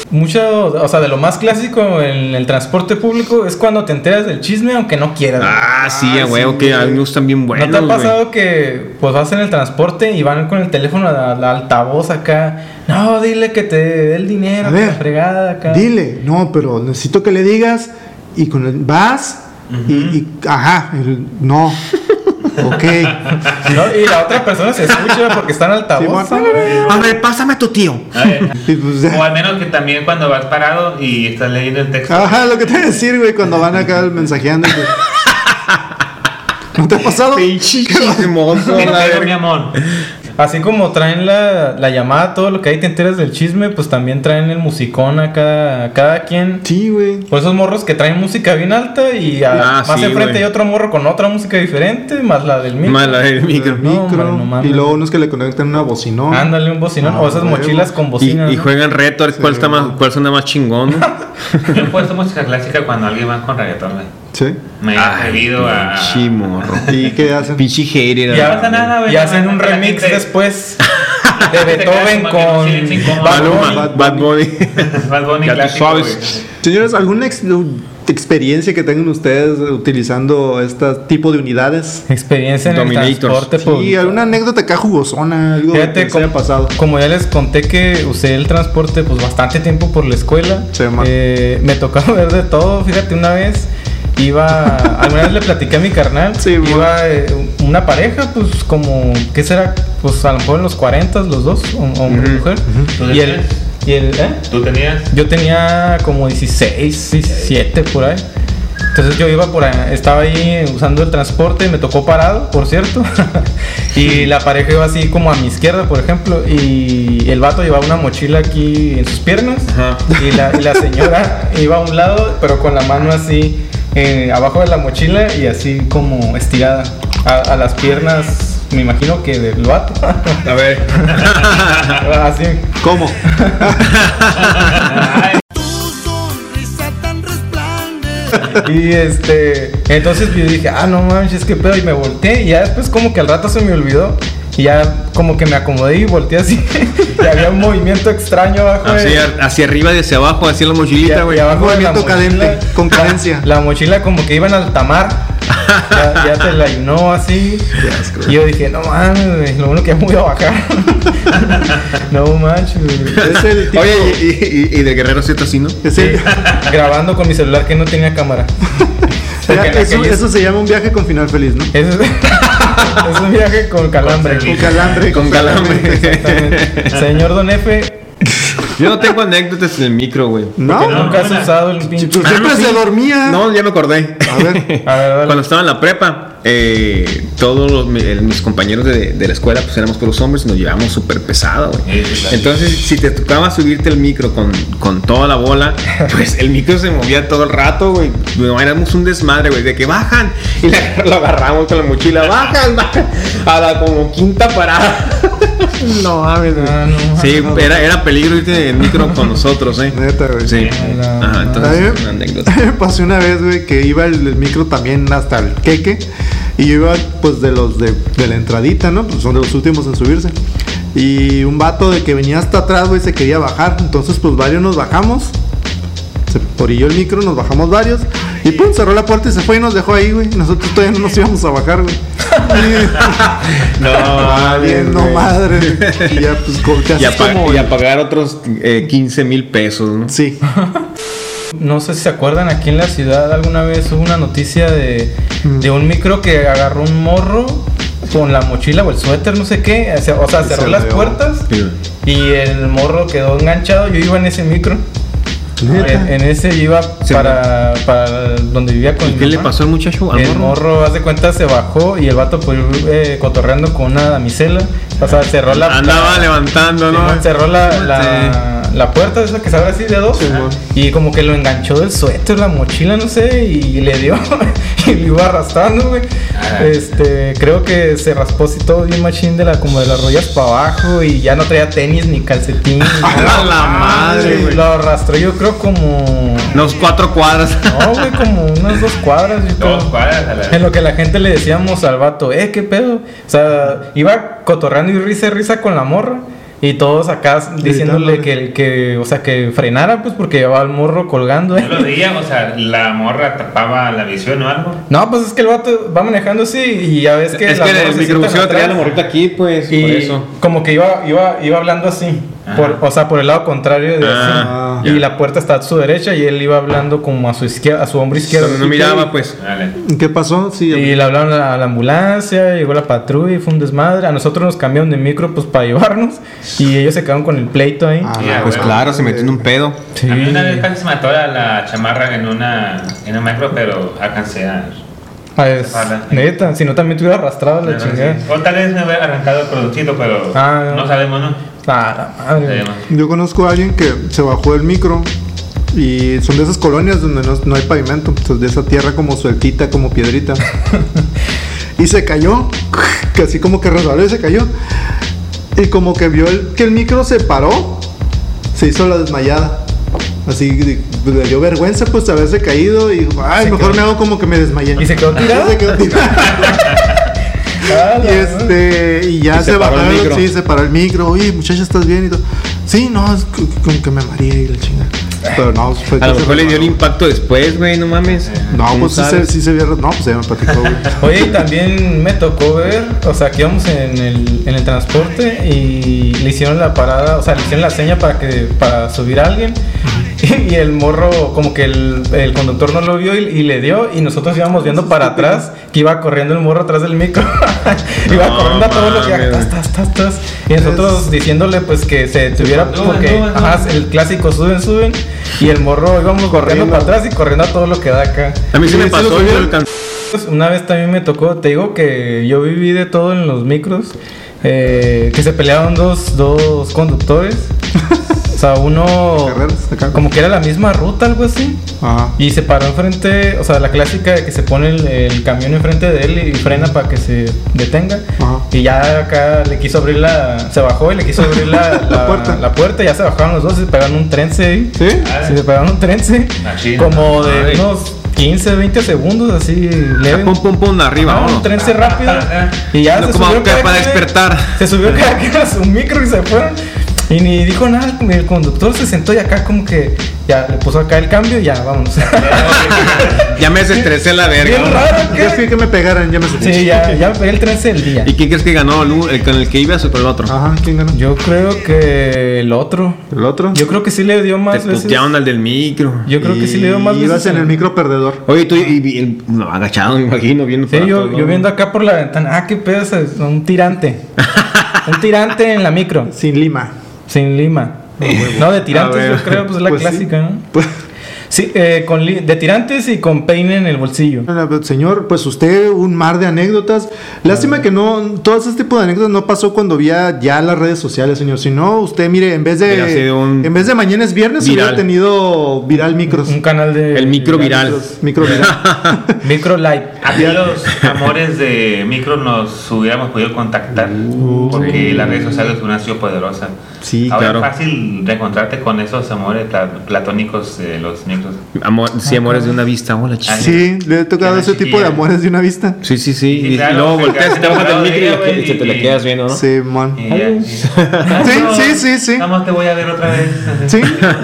C: Mucho, o sea, de lo más clásico en el transporte público es cuando te enteras del chisme aunque no quieras.
A: Ah, sí, a
B: sí,
A: huevo, que
B: güey.
A: algunos están bien buenos.
C: ¿No te ha
A: güey.
C: pasado que pues vas en el transporte y van con el teléfono al altavoz acá? No, dile que te dé el dinero,
B: A
C: que
B: ver,
C: la fregada acá.
B: Dile, no, pero necesito que le digas y con el vas y, y- ajá, el- no. ok.
C: No, y la otra persona se escucha porque está en altavoz.
B: Sí, bueno.
C: ¿sabes?
A: A ver, pásame a tu tío.
D: A ver,
B: Y pues, ya.
D: O al menos que también cuando vas parado y estás leyendo el
A: Ah,
D: texto.
B: Ajá, lo que te voy a decir, güey, cuando van acá mensajeando. güey. ¿No te ha pasado?
A: Pinche chismoso,
D: ¿Qué
A: la
D: pedo, mi
A: verga.
D: amor?
C: Así como traen la, la llamada, todo lo que hay, te enteras del chisme, pues también traen el musicón acá, cada quien.
B: Sí, güey.
C: Por esos morros que traen música bien alta y a-
A: Ah,
C: más
A: sí,
C: enfrente
A: güey.
C: hay otro morro con otra música diferente, más la del mismo.
A: Mala el micro.
B: El
C: No,
B: micro.
C: hombre, no mames.
B: y luego unos que le conectan una bocinón.
C: Ándale un bocinón
B: Ah,
C: o esas
B: huevo.
C: mochilas con
A: Y,
C: bocina.
A: y
C: ¿no?
A: juegan reto a ver cuál,
B: Sí,
A: está más,
B: güey.
A: cuál suena más chingón. ¿no?
D: Yo he puesto música clásica cuando alguien va con reggaetón, güey.
B: Sí.
D: Me he atrevido a.
A: Chimorro.
B: ¿Y qué hacen?
A: Pinche hater.
D: Ya
A: a la
D: pasa
A: verga.
D: nada, güey.
C: Y hacen un
D: La gente-
C: remix después de
D: La gente
C: Beethoven
D: queda como que sí,
C: con
D: incómodo.
C: Bad Bunny.
A: Maluma, Bad Bunny.
D: Bad Bunny
A: Ya tú
D: clásico,
A: sabes.
D: güey.
B: Señores, ¿alguna ex- experiencia que tengan ustedes utilizando este tipo de unidades?
C: Experiencia en el
A: Dominators.
C: transporte
B: Sí,
C: público.
B: alguna anécdota acá jugosona, algo que
C: Fíjate,
B: les haya
C: como,
B: pasado.
C: como ya les conté que usé el transporte pues bastante tiempo por la escuela.
B: Sí, ma.
C: Eh, me tocaba ver de todo, fíjate, una vez iba, alguna vez le platiqué a mi carnal,
B: Sí, ma.
C: iba eh, una pareja, pues como, ¿qué será? Pues a lo mejor en los 40 los dos, hom- hombre y
A: Ujú,
C: mujer.
D: ujú.
C: Y el, y el, ¿eh?
D: Tú tenías.
C: Yo tenía como 16, 17 por ahí. Entonces yo iba por ahí, estaba ahí usando el transporte, me tocó parado, por cierto. y la pareja iba así como a mi izquierda, por ejemplo, y el vato llevaba una mochila aquí en sus piernas.
A: Ajá.
C: Y la, y la señora iba a un lado, pero con la mano así eh, abajo de la mochila y así como estirada a, a las piernas, me imagino que del vato.
A: A ver.
C: así.
B: ¿Cómo?
E: Tu sonrisa tan resplandece.
C: Y este, entonces yo dije, ah, no manches, qué pedo. Y me volteé. Y ya después, como que al rato se me olvidó. Y ya, como que me acomodé y volteé así. y había un movimiento extraño abajo. de-
A: Hacia, hacia arriba, y hacia abajo, hacia la
C: y-
A: mochilita,
C: y
A: güey.
C: abajo de la
B: Movimiento
C: mochila.
B: cadente, con cadencia.
C: La mochila, como que iba en altamar. Ya, ya te la llenó así. Y yo dije, no mames, güey, lo bueno que ya me voy a bajar. no manches, güey.
B: Es el tipo-
A: Oye, y, y- y- y de Guerrero Cierto así, ¿no?
B: es el-
C: Grabando con mi celular que no tenía cámara. Porque en
B: eso,
C: aquellos-
B: eso se llama un viaje con final feliz, ¿no?
C: Eso es, es un viaje con calambre.
B: Con calambre.
A: Con calambre.
C: Exactamente. Señor Don F,
A: Yo no tengo anécdotas en el micro, güey.
B: ¿No?
D: no.
C: nunca has usado el pinche.
B: Pues siempre
A: Ah, no,
B: se
A: sí.
B: dormía.
A: No, ya me acordé.
B: A ver.
C: A ver, dale.
A: Cuando estaba en la prepa, eh, todos los- mi- el- mis compañeros de, de la escuela, pues éramos puros hombres y nos llevábamos súper pesado, güey.
D: Sí, claro.
A: Entonces, si te tocaba subirte el micro con, con toda la bola, pues el micro se movía todo el rato, güey. No, éramos un desmadre, güey, de que bajan. Y la- lo agarramos con la mochila, bajan, bajan. A la como quinta parada.
B: No mames, güey.
C: Ah, no,
A: Sí, era, era peligro irte en micro con nosotros, ¿eh?
B: Neta, güey.
A: Sí.
C: la
A: Ajá, entonces,
B: A
A: una
B: mí-
A: anécdota.
B: Me pasó una vez, güey, que iba el, el micro también hasta el queque. Y yo iba, pues, de los de, de la entradita, ¿no? Pues son de los últimos en subirse. Y un vato de que venía hasta atrás, güey, se quería bajar. Entonces, pues, varios nos bajamos. Se orilló el micro, nos bajamos varios. Y pum, cerró la puerta y se fue y nos dejó ahí, güey. Nosotros todavía no nos íbamos a bajar, güey.
A: No,
B: Bien, no
A: Ah, güey.
B: madre. güey. Y ya, pues, co- te
A: Y,
B: haces
A: a pa-
B: como
A: y
B: el-
A: a pagar otros eh, 15 mil pesos, ¿no?
B: Sí.
C: No sé si se acuerdan, aquí en la ciudad alguna vez hubo una noticia de, de un micro que agarró un morro con la mochila o el suéter, no sé qué. O sea, o sea,
B: Y
C: cerró
B: se
C: las
B: dio.
C: puertas
A: Sí.
C: y el morro quedó enganchado. Yo iba en ese micro. En, en ese iba
A: Se
C: para, para donde vivía con
A: ¿Y
C: mi
A: qué le
C: mamá.
A: pasó al muchacho? ¿Al
C: El morro, haz de cuenta, se bajó y el vato, pues, eh, cotorreando con una damisela. O sea, cerró la.
A: Andaba
C: la-
A: levantando,
C: sí,
A: ¿no?
C: no, cerró la, la, la puerta, esa que se abre así de dos.
B: Sí, mon.
C: y como que lo enganchó del suéter, la mochila, no sé, y le dio. y lo iba arrastrando, güey.
D: Ah.
C: Este, creo que se raspó así todo bien machín de la, como de las rodillas para abajo. Y ya no traía tenis ni calcetín. ni nada.
A: ¡A la madre, güey!
C: Lo arrastró, yo creo, como.
A: Unos cuatro cuadras.
C: No, güey, como unas dos cuadras. yo creo.
D: Dos cuadras a la
C: En lo que la gente le decíamos al vato, eh, qué pedo. O sea, iba cotorreando y risa y risa con la morra. Y todos acá diciéndole que, el- que, o sea, que frenara, pues, porque llevaba el morro colgando.
D: No lo
C: eh.
D: veía, o sea, la morra tapaba la visión o algo.
C: No, pues es que el vato va manejando así y ya ves que.
A: Es
C: las
A: que
C: morras
A: el
C: se
A: microbusero
C: sientan
A: traía la
C: atrás.
A: morrita aquí, pues, por
C: Y
A: eso.
C: como que iba, iba, iba hablando así,
D: Ajá.
C: por, o sea, por el lado contrario de
A: Ah,
C: así.
A: ya.
C: Y la puerta está a su derecha y él iba hablando como a su izquierda, a su hombro izquierdo.
A: Cuando no miraba, pues.
D: Dale.
B: ¿Qué pasó? Sí,
C: Y le hablaron a la ambulancia, llegó la patrulla y fue un desmadre. A nosotros nos cambiaron de micro pues para llevarnos y ellos se quedaron con el pleito ahí.
B: Ah,
D: Ya,
A: Pues
D: güey.
A: claro, se metió en un pedo.
C: Sí.
D: A mí una vez casi se mató a la chamarra en una en un macro, pero alcancé a...
C: Ah, es- neta, si no también te hubiera arrastrado la chingada.
D: O tal vez me hubiera arrancado el productito, pero
C: Ah, no.
D: no sabemos, ¿no?
C: Ah, la madre.
D: Sabemos.
B: Yo conozco a alguien que se bajó del micro y son de esas colonias donde no, no hay pavimento, entonces de esa tierra como sueltita, como piedrita. y se cayó, que así como que resbaló y se cayó. Y como que vio el- que el micro se paró, se hizo la desmayada. Así de- le dio vergüenza pues haberse caído y dijo, ay,
C: Se
B: mejor me
C: quedó-
B: hago como que me desmayé.
C: ¿Y se quedó tirado?
B: Se quedó tirado.
C: Ah,
B: Y este y ya
A: Y se
B: se,
A: paró el
B: bajaron,
A: micro.
B: sí, se paró el micro, oye muchacha estás bien y todo. Sí, no, es que- como que me mareé y la chingada. Pero no, pues, fue
A: A lo
B: que-
A: mejor le dio un impacto después, güey, no mames.
B: No,
A: ¿Cómo
B: pues sí se,
A: sabes?
B: sí se vio, no, pues ya me platicó, güey.
C: Oye, y también me tocó ver, o sea, que íbamos en el, en el transporte y le hicieron la parada, o sea, le hicieron la seña para que para subir a alguien. Y el morro, como que el, el conductor no lo vio y, y le dio. Y nosotros íbamos viendo para atrás, que iba corriendo el morro atrás del micro. iba
D: No
C: corriendo a todo lo que
D: mames.
C: tas, tas, tas, tas. Y nosotros
B: Es-
C: diciéndole, pues que se detuviera,
D: Suban,
C: porque
D: suban,
C: ajá,
D: suban.
C: el clásico suben, suben. Y el morro íbamos corriendo
B: Corriendo.
C: para atrás y corriendo a todo lo que da acá.
A: A mí se me
B: Sí, sí lo
A: pasó, yo
B: subieron.
A: alcancé.
C: Pues, Una vez también me tocó, te digo que yo viví de todo en los micros, eh, que se pelearon dos, dos conductores. O sea, uno
B: Carreras, acá.
C: como que era la misma ruta, algo así.
B: Ajá.
C: Y se paró enfrente, o sea, la clásica de que se pone el, el camión enfrente de él y frena para que se detenga.
B: Ajá.
C: Y ya acá le quiso abrir la. Se bajó y le quiso abrir la, la,
B: puerta.
C: la puerta. Ya se bajaron los dos y se pegaron un trence ahí.
B: ¿Sí?
C: Sí, se pegaron un trense
D: Machín.
C: como de
D: Ay.
C: unos 15, 20 segundos así leve.
A: Pum, pum, pum, arriba,
C: Ah,
A: vámonos.
C: un trense rápido y ya
A: No
C: se
A: como
C: subió
A: que
C: cada
A: para
C: quien-
A: despertar.
C: Se subió cada quien a su micro y se fueron y ni dijo nada, el conductor se sentó y acá como que ya le puso acá el cambio y ya vámonos.
A: Ya me desestresé la verga.
C: Bien raro
B: Yo fui
C: que
B: que me pegaran, ya me sentí.
C: Sí, ya ya pegué el trense del día.
A: ¿Y quién crees que ganó? ¿El, u- el con el que ibas o con el otro?
C: Ah,
B: Ajá, ¿quién ganó?
C: Yo creo que el otro.
B: ¿El otro?
C: Yo creo que sí le dio
A: Te
C: más veces.
A: putearon al del micro.
C: Yo creo que sí le dio más
B: Y Ibas
C: veces.
B: en
C: al-
B: el micro perdedor.
A: Oye, tú y, y- el- no, agachado, me imagino, viendo
C: Sí,
A: para
C: yo,
A: todos lados.
C: yo viendo acá por la ventana, ah, qué pedo, ese es un tirante. un tirante en la micro,
B: Sin Lima.
C: sin lima. No, de
B: A
C: tirantes
B: ver.
C: yo creo, pues es la
B: Pues sí.
C: clásica, ¿no?
B: Pues,
C: Sí, eh, con li- de tirantes y con peine en el bolsillo.
B: señor, pues usted un mar de anécdotas. Lástima que no, todo ese tipo de anécdotas no pasó cuando había ya las redes sociales, señor. Si no, usted mire, en vez
A: Hubiera
B: de
A: sido un
B: en vez de mañana es viernes,
A: viral.
B: hubiera tenido viral micros.
C: Un canal de...
A: El micro viral.
B: Micros, micro viral.
C: Micro live.
D: Aquí los amores de micro nos hubiéramos podido contactar porque las redes sociales son una sido poderosa.
B: Uh, Sí,
D: Ahora
A: claro.
D: es fácil reencontrarte con esos amores pla- platónicos de los micros.
A: Amor, sí, amores de una vista.
C: Ah,
A: Hola, chica. Sí,
B: sí, le he tocado
D: Qué
B: ese tipo de
D: chiquilla.
B: amores de una vista.
A: sí, sí.
D: Sí,
A: Y, y
D: claro,
A: luego
D: se
A: volteas,
D: queda
A: te bajas del
D: enamorado de
A: micro y,
D: ella,
A: la-
D: güey,
A: y se te la
D: y-
A: quedas viendo, ¿no?
B: Sí, man.
D: Y ya, y-
B: sí, sí, sí.
D: Vamos, te voy a ver otra vez.
B: ¿Sí?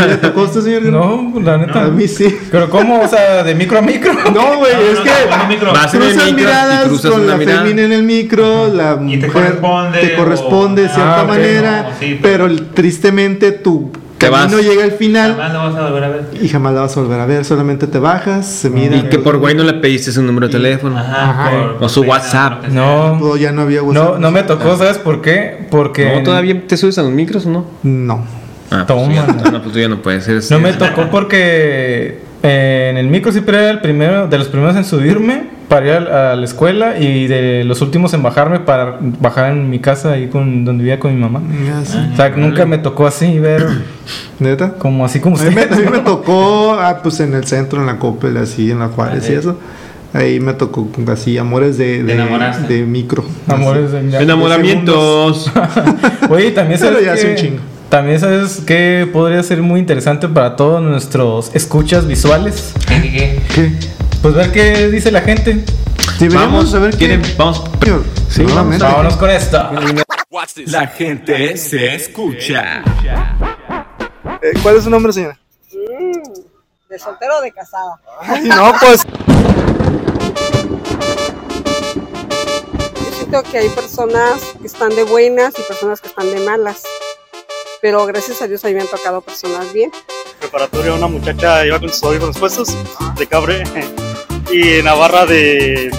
B: ¿Le tocó a usted, señor?
C: No, pues, la neta.
B: A mí sí.
C: Pero ¿cómo? O sea, de micro a micro.
B: No, güey,
D: No,
B: es
D: no,
B: que
D: no, con un micro.
A: Vas en el
B: cruzas
A: micro y
B: miradas
A: cruzas
B: con
A: una
B: la
A: mirada.
B: femina en el micro, la
D: Y te
B: mujer
D: corresponde
B: te corresponde de
D: o-
B: cierta
C: Ah, ok,
B: manera,
D: no, sí, pues. pero-
B: pero... tristemente tu
A: Te
B: camino
A: vas.
B: llega al final
D: Jamás lo vas a volver a ver.
B: y jamás la vas a volver a ver, solamente te bajas, se mira.
A: Y que por güey no le pediste su número de teléfono.
D: Ajá,
C: Ajá.
D: por-
A: O su
D: por-
A: WhatsApp.
C: No,
B: Todo ya no había WhatsApp.
C: no, no me tocó, ¿sabes por qué? Porque...
A: ¿No todavía te subes a los micros o no?
B: No.
A: Ah, pues tú ya-
C: Tómala.
A: no, pues tú ya no puedes. eres-
C: No me
A: eres-
C: tocó porque eh, en el micro siempre era el primero, de los primeros en subirme para ir a, a la escuela y de los últimos en bajarme para bajar en mi casa ahí con donde vivía con mi mamá.
B: Ya sé.
D: Ah.
C: O sea, que nunca me tocó así ver
B: ¿Neta?
C: como así como
B: A mí, me,
C: ustedes.
B: a mí me
C: ¿no?
B: tocó, ah, pues en el centro, en la Coppel, así, en la
D: Ah,
B: Juárez y eso. Ahí me tocó así, amores de, de,
D: enamoraste?
B: de micro.
C: Amores de mi-
A: Enamoramientos.
C: Oye, también sabes
B: Pero ya hace
C: que-
B: un chingo.
C: También sabes que podría ser muy interesante para todos nuestros escuchas visuales.
D: ¿Qué, qué, qué?
B: ¿Qué?
C: Pues ver qué dice la gente.
B: Deberíamos saber
A: ¿quieren-
B: qué-
A: Vamos. em-
B: Señor,
A: Sí,
B: seguramente.
C: Vámonos con esta.
F: La gente se escucha.
B: Eh, ¿Cuál es su nombre, señora?
G: ¿De soltero o de casada?
B: no, pues.
G: Yo siento que hay personas que están de buenas y personas que están de malas. Pero gracias a Dios a mí me han tocado personas bien.
H: preparatoria una muchacha iba con sus audífonos puestos de cabre y en la barra de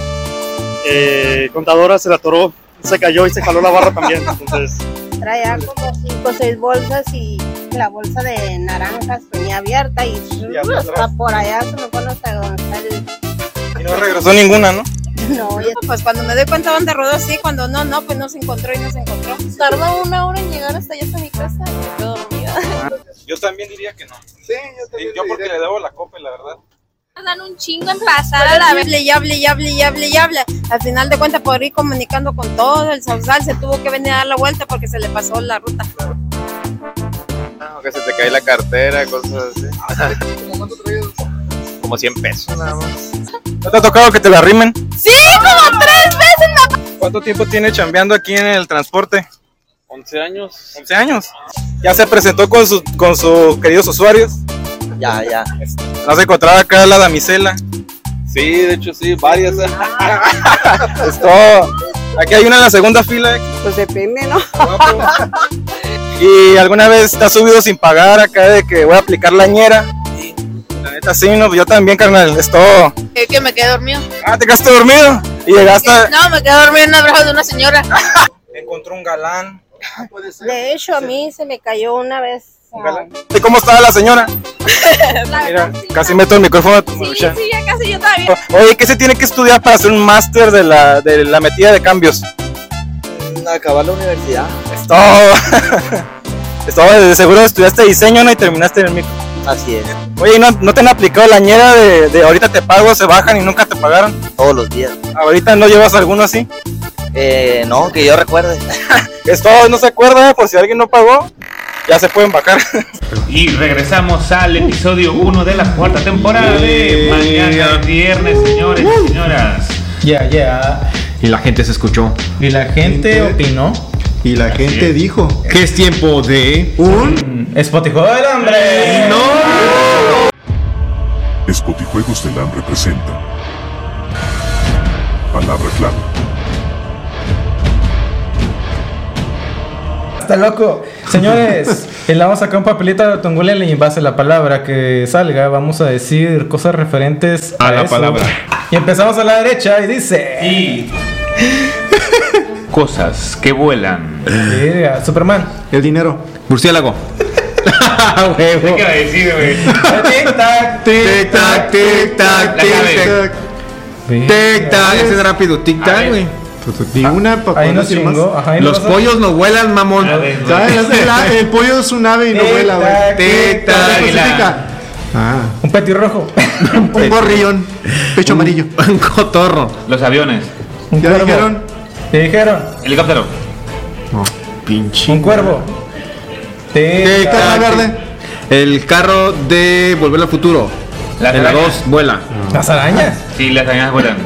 H: eh, contadora se la atoró, se cayó y se jaló la barra también. Entonces,
I: traía como cinco o seis bolsas y la bolsa de naranjas tenía abierta y
H: Y abrió
I: hasta
H: atrás.
I: por allá se me fue hasta donde está el-
H: y no regresó ninguna, ¿no?
I: No, ya
J: Pues cuando me doy cuenta van de rodeo, sí, cuando no, no, pues no se encontró y no se encontró.
I: tardó una hora en llegar hasta allá hasta mi casa.
J: Quedó dormida.
K: Yo también diría que no. Eh,
B: Sí,
K: Yo porque le debo la copa, la verdad.
J: Dan un chingo en pasar a la vez. Y hable y hable y hable y hable. Al final de cuentas, por ir comunicando con todo el sausal, se tuvo que venir a dar la vuelta porque se le pasó la ruta.
L: o que se te cae la cartera, cosas así. Como 100 pesos nada más.
K: ¿No te ha tocado que te la rimen?
J: ¡Sí! ¡Como tres veces!
K: ¿Cuánto tiempo tiene chambeando aquí en el transporte?
L: 11 años.
K: 11 años. ¿Ya se presentó con, sus con sus queridos usuarios?
L: Ya, ya.
K: ¿No has encontrado acá la damisela?
L: Sí, de hecho sí, varias.
K: ¿eh? Esto. Aquí hay una en la segunda fila. eh,
G: Pues depende, ¿no?
K: ¿Y alguna vez te has subido sin pagar acá de que voy a aplicar la ñera? La neta sí, no, yo también, carnal. Esto.
J: Es que me quedé dormido.
K: Ah, te quedaste dormido y llegaste. a-
J: No, me quedé dormido en un abrazo de una señora.
K: Encontró un galán.
I: De hecho, a mí se me cayó una vez.
K: ¿Y cómo estaba la señora? Ah, Mira, casi meto el micrófono a tu maruchan.
J: Sí, ya casi yo todavía.
K: Oye, ¿qué se tiene que estudiar para hacer un máster de la, de la metida de cambios?
L: Acabar Mm, la universidad.
K: Esto. Esto, de seguro estudiaste diseño, ¿no? Y terminaste en el micro.
L: Así es.
K: Oye, ¿y ¿no, no te han aplicado la ñera de, de ahorita te pago, se bajan y nunca te pagaron?
L: Todos los días.
K: ¿Ahorita no llevas alguno así?
L: Eh, no, que yo recuerde.
K: Esto no se acuerda, por si alguien no pagó, ya se pueden bajar.
D: Y regresamos al episodio 1 de la cuarta temporada de Mañana Viernes, señores y señoras.
C: Ya, ya.
A: Y la gente se escuchó.
C: Y la gente opinó.
B: Y la gente dijo.
A: Que es tiempo de
C: un Spotify del hambre.
M: Spotijuegos del Hambre presenta Palabra clave.
C: Está loco. Señores, eh, le vamos a sacar un papelito a Tongulele y en base a la palabra que salga, vamos a decir cosas referentes
A: A la palabra.
C: Y empezamos a la derecha y dice.
D: Cosas que vuelan.
C: Verga, Superman.
B: El dinero.
A: Murciélago.
D: ¿Qué iba a decir, güey?
C: Tic tac,
A: tic tac, tic tac,
D: La
A: tic
D: cabeza.
A: tac. Tic tac, ese este es rápido, tic tac, güey.
B: Ni una para
C: ahí nos chingó, ajá, ahí
A: Los
C: nos vas a-
A: pollos no vuelan, mamón.
B: ¿Sabes? El, a- el pollo es un ave y no
C: Tic,
B: vuela,
C: tac,
B: güey.
C: tic,
B: Pero
C: tac,
B: se
C: águila.
B: justifica. Ah,
C: Un petirrojo.
B: un gorrión. Pecho amarillo.
A: Un cotorro.
D: Los aviones.
C: Un
B: Ya
C: cuervo.
B: dijeron.
C: Te dijeron.
D: Helicóptero.
A: Pinche.
C: Un cuervo. Tic
A: Tic,
B: Carne
A: tac.
B: verde.
A: El carro de Volver al Futuro.
D: La
A: en la
D: araña.
A: 2 vuela.
C: Las arañas.
D: Sí, las arañas vuelan.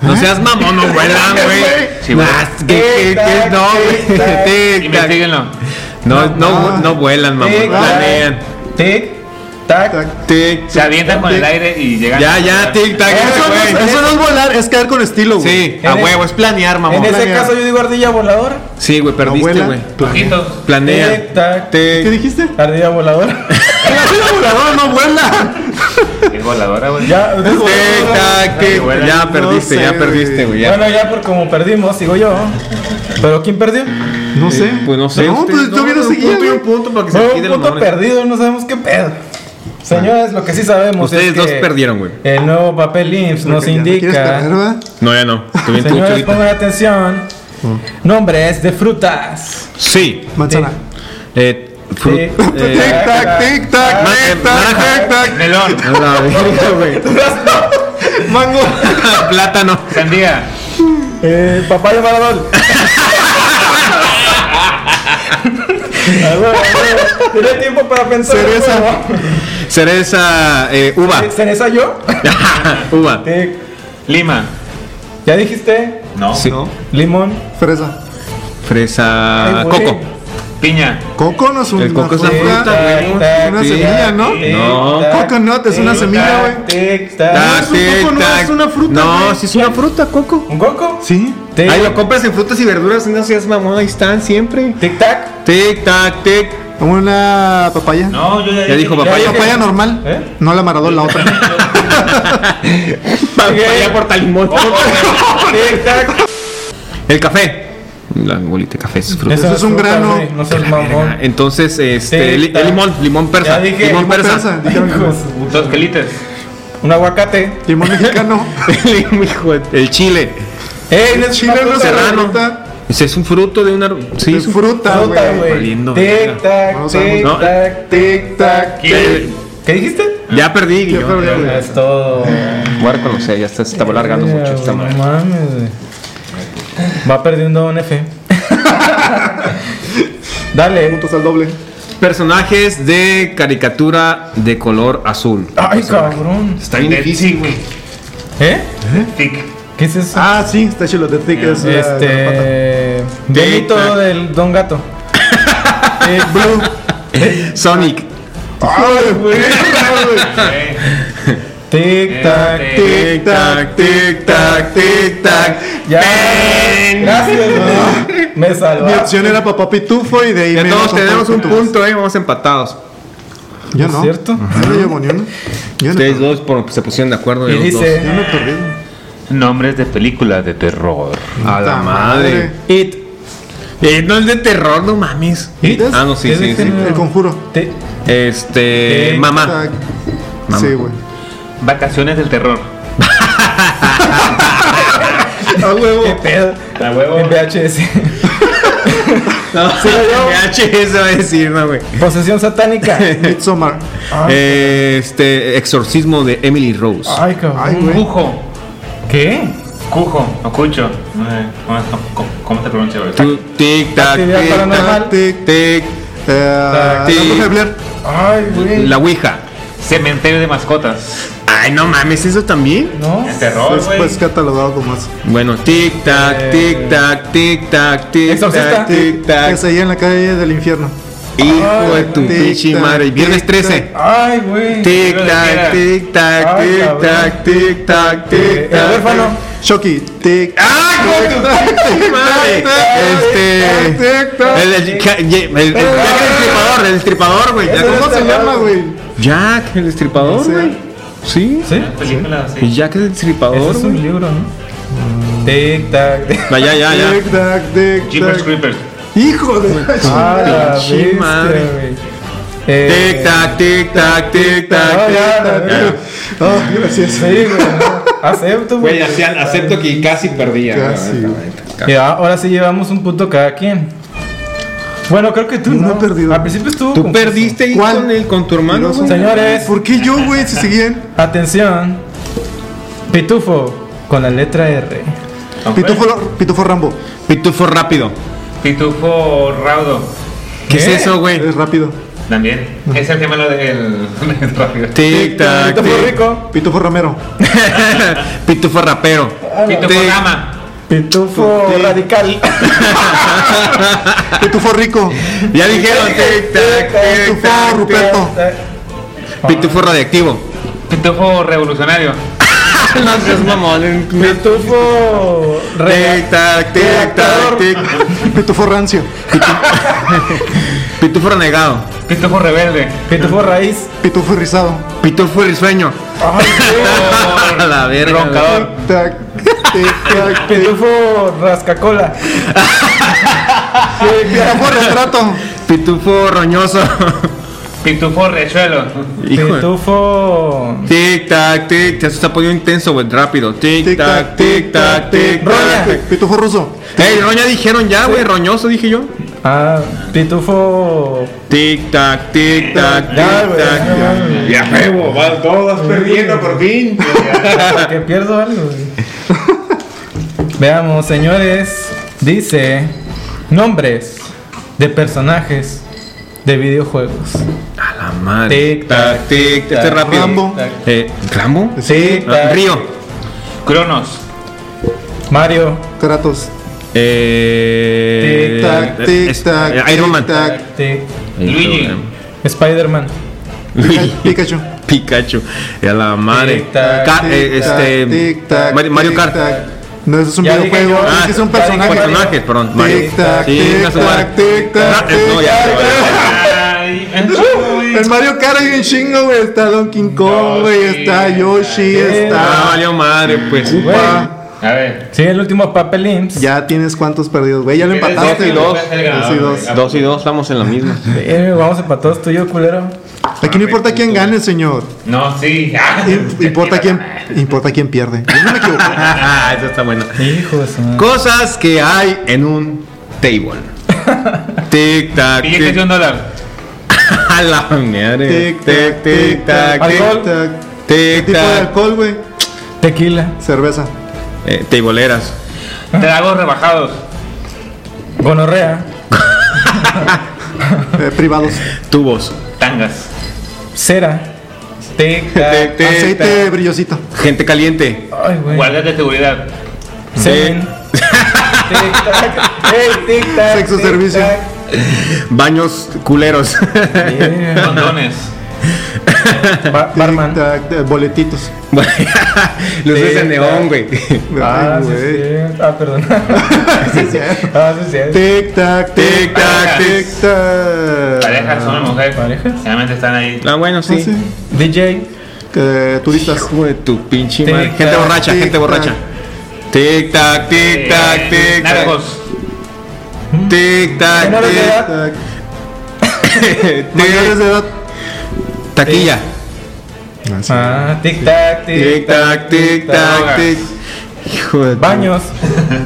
A: No seas mamón, no vuelan, güey.
D: Sí,
A: Nah,
D: vuelan.
A: que- que-
C: Tic,
A: que-
C: tac,
A: No,
C: tic, tac.
A: güey. Tic, tac.
D: Investíguenlo.
A: No, no, no vuelan, mamón.
C: Tic, tac.
A: Planean.
C: Tic tac.
B: Tac.
A: Tic,
D: Se avientan con el aire y llegan.
A: Ya, ya, tic, tac.
B: Eso no,
A: güey.
B: es, eso no es volar, es caer con estilo, güey.
A: Sí, a
C: En
A: huevo, es planear,
C: En
A: mamón.
C: ese
B: Planea.
C: caso yo digo ardilla voladora.
A: Sí, güey,
B: No
A: perdiste,
B: vuela,
A: güey.
B: planea.
D: Ojitos.
A: Planea.
C: Tic tac.
B: ¿Qué
A: Tic.
B: dijiste?
C: Ardilla voladora.
B: El volador no vuela.
D: Es voladora, güey.
C: ya,
A: Tic, tac, tic.
D: Vuela.
A: Ya perdiste,
B: No
A: ya
B: sé,
A: perdiste,
B: güey.
A: güey. ya.
C: Bueno, ya por como perdimos, sigo yo. ¿Pero quién perdió?
B: No sé.
A: Pues no sé.
B: No,
A: usted-
B: pues todavía no
A: un
B: seguía,
A: punto y
B: güey.
A: un punto para que se
C: Fue
A: quiten
C: un
A: los
C: punto
A: mamones.
C: perdido, no sabemos qué pedo. Señores, lo que sí sabemos
A: Ustedes
C: es que
A: dos perdieron, güey.
C: el nuevo papel IMSS nos
B: Ya no quieres perder,
C: indica...
B: ¿verdad?
A: No, ya no. Tú bien, tú,
C: Señores,
A: Cholita.
C: pongan atención.
B: Mm.
C: Nombres de frutas.
A: Sí.
B: Manzana.
A: Eh, fru-
C: Tic,
A: eh,
B: Tic tac, tic tac,
A: Ma-
B: tic tac, tic tac.
D: Melón.
A: a la verga, güey.
B: Mango.
A: Plátano.
D: Sandía.
C: Eh, papaya Maradol. Tiene tiempo para pensar.
B: Cereza.
C: ¿no?
A: Cereza. eh, uva.
C: ¿Cereza yo?
A: uva.
C: Tic.
D: Lima.
C: Ya dijiste.
D: No.
A: Sí.
B: No.
C: Limón.
B: Fresa.
A: Fresa.
C: Ay, güey.
A: Coco.
D: Piña.
B: Coco no es un-
A: El coco es la fruta, güey.
B: Una
A: Sí.
B: semilla, ¿no?
A: No.
B: Coconut es una semilla, güey. Ah.
C: Tic,
A: Tac,
C: tac.
B: es un
A: tic,
B: coco, no,
A: tac.
B: es una fruta,
A: No,
B: güey.
A: sí es una fruta, coco.
C: ¿Un coco?
B: Sí.
C: Tic,
A: Ahí lo compras en frutas y verduras, no seas mamón, ahí están siempre.
C: tic tac.
A: Tic, tac, tic.
B: Una papaya.
D: No, yo ya,
A: Ya dijo
D: dije-
A: papaya.
B: Papaya normal.
C: ¿Eh?
B: No la maradón, la otra.
A: Papaya por limón.
C: Tic tac.
A: El café. La bolita de café es fruta.
B: Eso es un
C: fruta,
B: grano.
C: güey, No seas mamón.
A: Entonces, este,
C: Tic,
A: li-
C: tac.
A: el limón, limón persa.
C: Ya dije,
A: limón
B: Limón
A: persa.
B: persa, dijeron que no.
D: Dos quelites.
C: Un aguacate.
B: Limón mexicano.
A: Hijo de- el chile.
C: ¡Ey, no es
B: Chile no es
A: Serrano.
B: fruta.
A: Ese es un fruto de una. Sí,
B: Es fruta,
C: fruta,
B: güey.
C: güey.
A: Valiendo
C: Tic
A: verga.
C: tac,
B: No sabemos.
C: tic
A: No.
C: tac, tic tac.
D: Quil-
C: ¿Qué dijiste?
A: Ya perdí.
B: Yo
A: yo.
B: creo que-
C: Es todo.
A: Voy a reconocer, ya está, se estaba alargando mucho esta
C: No
A: madre.
C: mames, güey. Va perdiendo un F. Dale.
B: Puntos al doble.
A: Personajes de caricatura de color azul.
C: Ay,
B: Pues,
C: cabrón.
A: Está bien difícil, güey.
C: ¿Eh?
D: Thick.
C: ¿Qué es eso?
B: Ah, sí, está hecho los de Thick. es la- la pata.
C: Este. Delito del Don Gato.
B: Eh, Blue.
A: Sonic.
B: Ay, güey.
D: Este,
B: Eh,
C: Tic tac,
B: Tic tac, tic tac, tic tac.
C: Ya. Gracias, güey. Me
B: Mi
C: salvaste.
B: opción era papá pitufo y de ahí
A: Ya
B: me
A: todos
B: iba con
A: tenemos un
B: Pitufo.
A: punto, eh. Vamos empatados.
B: Yo no.
C: ¿Cierto?
B: Yo no llevo ni uno. Yo no.
A: Ustedes dos por- se pusieron de acuerdo.
C: Y
A: los
C: dice-
B: Yo no he perdido.
D: Nombres de películas de terror.
A: dos. A la
B: Puta
A: madre.
C: It.
A: Eh, no es de terror, no mames.
C: It.
A: Ah, no, sí,
C: Es de
A: sí, sí.
C: género.
B: El conjuro.
C: Te-
A: Este.
C: Eh,
A: mamá.
B: Tac.
A: Mamá.
B: Sí, güey.
D: Vacaciones del terror.
B: A huevo.
C: ¿Qué pedo?
D: A huevo.
C: En VHS.
A: No,
C: Sí, lo llevo.
A: VHS va a decir, no, güey.
C: Posesión satánica.
B: Midsommar.
C: Ah,
A: Eh, Este. Exorcismo de Emily Rose.
C: Ay, cabrón.
B: Ay, güey.
D: Cujo.
C: ¿Qué?
D: Cujo. O cucho. No sé, ¿Cómo, cómo- cómo te pronuncia, güey?
A: Tú, Tic tac,
C: Actividad
A: tic tac,
C: paranormal.
A: tic tic.
B: Eh, la
A: Sí.
B: bruja de Blair.
C: Ay, güey.
A: La Ouija.
D: Cementerio de mascotas.
A: Ay, no mames, eso también.
C: ¿No?
D: Es terror,
B: Es
D: güey.
B: pues catalogado como eso.
A: Bueno, tic tac,
C: Eh.
A: tic tac, tic tac, tic
C: Exorcista.
A: tac, tic
B: Es
A: tac.
B: ahí en la calle del infierno.
A: Hijo de
C: Ay,
A: tu
B: tic,
A: pinche
B: tac,
A: madre. Viernes
B: tic,
A: 13.
C: Ay, güey.
A: Tic
D: Pero
A: tac,
D: mira.
A: tic tac,
C: Ay,
A: tic
C: cabrón.
A: tac, tic tac,
C: Eh,
A: tic
C: El
A: tac.
C: huérfano.
B: Chucky. Tic.
A: ¡Ah, hijo de tu pinche madre! Este.
B: Tic, tac.
A: El, el, el, el, el, Jack el estripador, el estripador, güey. Jack-
B: ¿Cómo se llama, güey?
A: Jack, el estripador,
B: Sí.
A: güey. Sí.
C: ¿Sí?
D: Películas, sí.
A: Y Jack el
C: Ese
A: estripador,
C: es un
A: güey.
C: libro, ¿no? Mm. Tic tac. tic.
A: No, ya, ya, ya.
B: Tic, tac, tic,
D: Jeepers
B: tac.
D: Creepers.
B: Hijo de la
C: Ah, la
A: Pinche
C: bestia,
A: madre.
C: güey. Eh,
A: Tic tac, tic tac, tic tac.
C: Ah, ya, la-
B: Ah, gracias.
C: Sí, güey. Acepto, güey.
A: hacían- acepto que casi perdía.
B: Casi,
A: güey.
C: Ya, ahora sí llevamos un punto cada quien. Bueno, creo que tú
B: Yo
C: no.
B: no he perdido.
C: Al principio estuvo.
A: Tú
C: confuso.
A: perdiste ahí
B: ¿Cuál?
A: con, el, con tu hermano. güey.
C: Señores,
B: ¿Por qué yo, güey? Si seguían.
C: atención. Pitufo con la letra R.
B: Pitufo, Pitufo Rambo.
A: Pitufo rápido.
D: Pitufo Raudo.
A: ¿Qué, es
C: ¿Qué?
A: eso, güey?
B: Es rápido.
D: También. Es el gemelo del. del rápido.
A: Tic tac.
C: Pitufo
A: tic.
C: rico.
B: Pitufo Romero.
A: Pitufo rapero.
D: Pitufo
A: Tic.
D: Rama.
C: Pitufo
B: Sí.
C: radical.
B: Pitufo Rico.
A: Ya dijeron tic tac, tic
B: Pitufo
A: tac.
B: Ruperto.
A: Pitufo radiactivo.
D: Pitufo Revolucionario.
A: No seas mamón.
C: Pitufo
A: Tic
C: radical.
A: tac, tic tac,
C: Redactador.
A: tic.
B: Pitufo Rancio.
A: Pitufo renegado.
D: Pitufo Rebelde.
C: Pitufo raíz.
B: Pitufo Rizado.
A: Pitufo risueño. A la verga.
D: Roncador.
B: Tic, tac, tic, tac, tic.
C: Pitufo rascacola.
B: Pitufo Retrato.
A: Pitufo roñoso.
D: Pitufo Rechuelo.
A: Hijo de-
C: Pitufo.
A: Tic tac, tic, te está poniendo intenso, güey, rápido. Tic tac, tic tac, tic
C: Roña.
A: tac.
B: Pitufo Ruso.
A: Ey, roña dijeron ya, güey, roñoso dije yo.
C: Ah, pitufo.
A: Tic tac, tic tac, tic
C: Ya, güey.
A: tac.
C: ya,
A: Ya, huevo, vas todas perdiendo por fin.
C: ya, Que pierdo algo. güey. Veamos, señores. Dice nombres de personajes de videojuegos.
A: A la madre.
C: Tic, tac,
A: tic,
C: tac.
A: Este es rápido.
B: Rambo.
A: Eh, ¿Rambo?
C: Sí,
A: Ah, Río.
D: Cronos.
C: Mario.
B: Kratos.
A: Eh.
C: Tic,
B: Tac,
A: es-
B: tic,
A: eh,
B: tac.
A: Iron
B: tic,
A: Man.
B: tac.
C: Tic.
D: Luigi.
C: Spider-Man.
A: Luigi.
B: Pikachu.
A: Pikachu. A la madre.
C: Tic, tac,
A: Ca- eh,
B: Tic, tac,
A: este.
B: tic, tac,
A: Mario, Mario
B: tic,
A: Kart.
B: tac. No, eso es un
C: Ya dije
B: videojuego.
C: yo.
B: es que es un
C: Ah, ya dije
B: personaje.
A: personajes, perdón. Mario.
B: Tic,
A: Chinga
B: tac, tic,
A: su madre.
B: tac, tic, tac,
A: Ah, eh, no,
B: tic,
A: ya,
B: tac.
A: ya, ya.
D: Ay, eh. en Chuy.
B: En Mario Kart hay un chingo, güey. Está Donkey Kong, güey.
D: Yoshi.
B: Está Yoshi,
A: Ah,
B: está.
A: valió madre, pues.
B: Opa,
D: A ver.
C: Sí, el último Papel Imps.
B: Ya tienes cuántos perdidos, güey. Ya lo
D: Tienes
B: empataste.
D: dos y dos.
B: Dos y dos.
A: Dos y dos, estamos en la misma.
C: Eh, vamos empatados tú y yo, culero.
B: Aquí no importa quién gane, señor.
D: No, sí.
B: Im- Importa quién, importa quién pierde. Yo no me equivoco.
A: Eso está bueno.
C: Hijo de su madre.
A: Cosas que hay en un table. Tic tac.
D: Billetes de
A: Tic,
D: un dólar.
A: a la madre.
B: Tic, tac, tic, tac,
C: Alcohol.
B: tic, tac. ¿Qué
A: Tic
B: tipo de
A: tac.
B: alcohol, güey?
C: Tequila.
B: Cerveza.
A: Eh, Teiboleras.
D: Tragos rebajados.
C: Gonorrea.
B: eh, privados.
A: Tubos.
D: Tangas.
C: Cera.
A: Te- te-
B: aceite
A: te-
B: brillosito.
A: Gente caliente.
C: Ay, güey.
D: Guardias de seguridad.
A: Eh,
B: Sexo servicio.
A: Baños culeros.
D: Condones.
C: barman.
B: Tic-tac, eh, boletitos.
A: Luces
C: Sí,
A: de neón, güey.
C: Ah,
B: Ay,
C: sí,
B: güey.
C: sí. Ah, perdón. ah, sí, sí.
B: Tic tac, tic tac, tic tac.
D: Parejas, son mujeres.
C: Parejas.
D: Realmente están ahí.
A: Ah, bueno, sí.
C: DJ.
B: Eh, turistas.
A: Hijo de tu pinche
C: Tic,
A: madre. Gente
C: tac,
A: borracha,
B: tic,
A: gente
B: tac.
A: borracha. Tic tac, tic tac, tic tac.
D: Eh, Narcos.
A: Tic tac,
C: Menores de
A: tic
C: edad.
B: Tic-tac.
A: tic.
B: Mayores de edad.
A: Taquilla.
C: Ah, tic tac,
A: Tic
C: tic
A: tac, tic tac, tic. Hijo de tu-
C: Baños.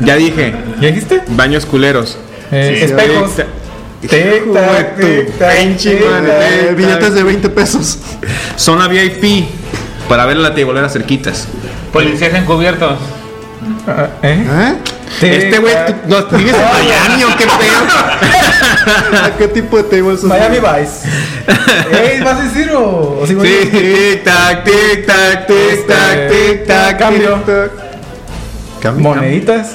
A: Ya dije.
C: ¿Ya dijiste?
A: Baños culeros.
C: Eh,
D: Sí.
C: espejos.
A: Tic-tac.
C: Tic tac, tic tac.
A: Pinche
C: tic,
A: madre.
C: tac.
B: Eh, billetes de 20 pesos.
A: Zona VIP. Para ver la tibolera cerquitas.
D: Policías encubiertos.
C: Ah, ¿Eh?
B: ¿Eh?
C: Tic,
A: Este güey,
C: tac.
A: tú- no, vives en Miami o qué pedo.
B: ¿A qué tipo de tables son?
C: Miami Vice. Ey, ¿Vas a decir o, o sigo
A: Sí,
C: yo?
A: tic tac, tic tac, tic tac, tic tac.
C: Este, Cambio.
B: Cambio.
C: Moneditas.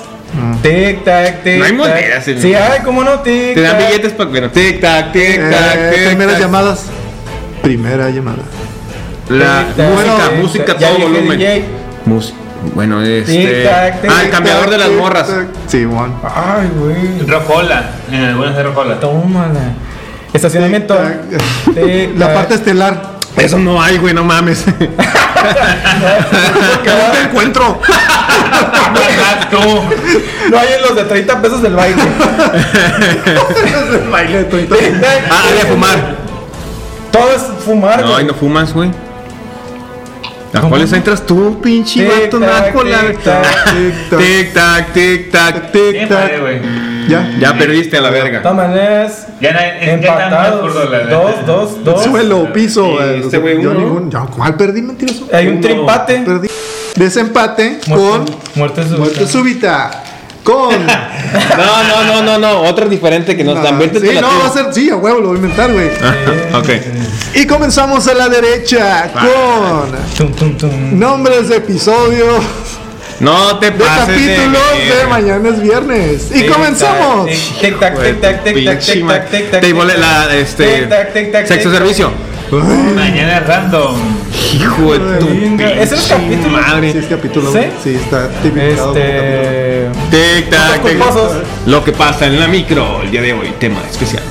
C: Tic tac, tic.
A: No hay
C: tac.
A: monedas en-
C: Sí, ay, cómo no, tic.
A: Te dan
C: tac.
A: billetes para bueno, tic tac, tic
B: Eh,
A: tac, tic,
B: primeras
A: tac.
B: llamadas. Primera llamada.
A: La
C: Tic, tac,
A: música,
C: tic,
A: música a
C: tac. Ya
A: todo
C: dije
A: volumen.
C: DJ.
A: Música. Bueno,
C: Tic,
A: este.
C: tac, tic,
A: Ah, el cambiador de las
B: Tic-tac,
A: morras.
B: tic-tac. Sí, Juan.
C: Ay, güey.
D: Rocola. En algunas de Rocola.
C: Tómala. Estacionamiento. Tic,
B: La
C: tac.
B: parte estelar.
A: Eso no hay, güey, no mames. ¿Qué te encuentro?
D: Ah, tú.
C: No hay en los de 30 pesos del baile.
B: El baile de tonto.
C: Tic, tac.
A: Ah, voy a fumar.
C: eh, Todo es fumar.
A: No,
C: güey.
A: ahí no fumas, güey. ¿A
C: ¿Cómo?
A: cuáles entras tú, pinche
C: Tic,
A: vato
C: tac,
A: naco? la-
C: tic, tac,
A: Tic tac, tic tac,
D: Bien
A: tic
D: padre,
A: tac.
D: güey.
B: Ya.
A: Ya perdiste a la verga.
C: Tómalas.
D: Ya na- es- ya está más
C: Empatados.
D: gordo la-
C: Dos, dos, dos.
B: Suelo, piso.
A: Y
B: eh,
A: este güey
B: yo
A: uno.
B: ningún. ya, ¿Cuál perdí, mentiroso?
C: Hay un tripate.
B: Perdí. Desempate
C: Muerte,
B: con
C: muerte súbita.
B: muerte súbita. Con. Ah,
A: No, no, no, no, no. Otro diferente que nos dan. Vete
B: sí, no, va a ser. Sí, a huevo, lo voy a inventar, güey.
A: Ah. Ok.
B: Y comenzamos a la derecha
A: Ah.
B: con
C: Tum, tum, tum.
B: nombres de episodio
A: No te
B: de
A: pases
B: capítulos de,
A: verga.
B: mañana es viernes. Y comenzamos.
C: Tic tac, tic tac, tic tac,
A: Pinche
C: tic
A: madre.
C: tac, tic tac.
A: Te
C: tic,
A: volé
C: tac.
A: la, este,
C: Tic, tac, tic, tac,
A: sexo
C: tic,
A: servicio.
D: Mañana es random.
A: Hijo de tu
C: Venga,
A: pinche
C: ese es el capítulo.
A: madre.
B: Sí, es capítulo.
C: ¿Sí?
B: Sí, está tipificado como capítulo.
C: Este.
A: Tic tac,
C: Puntos
A: tic.
C: culposos.
A: Lo que pasa en la micro el día de hoy, tema especial.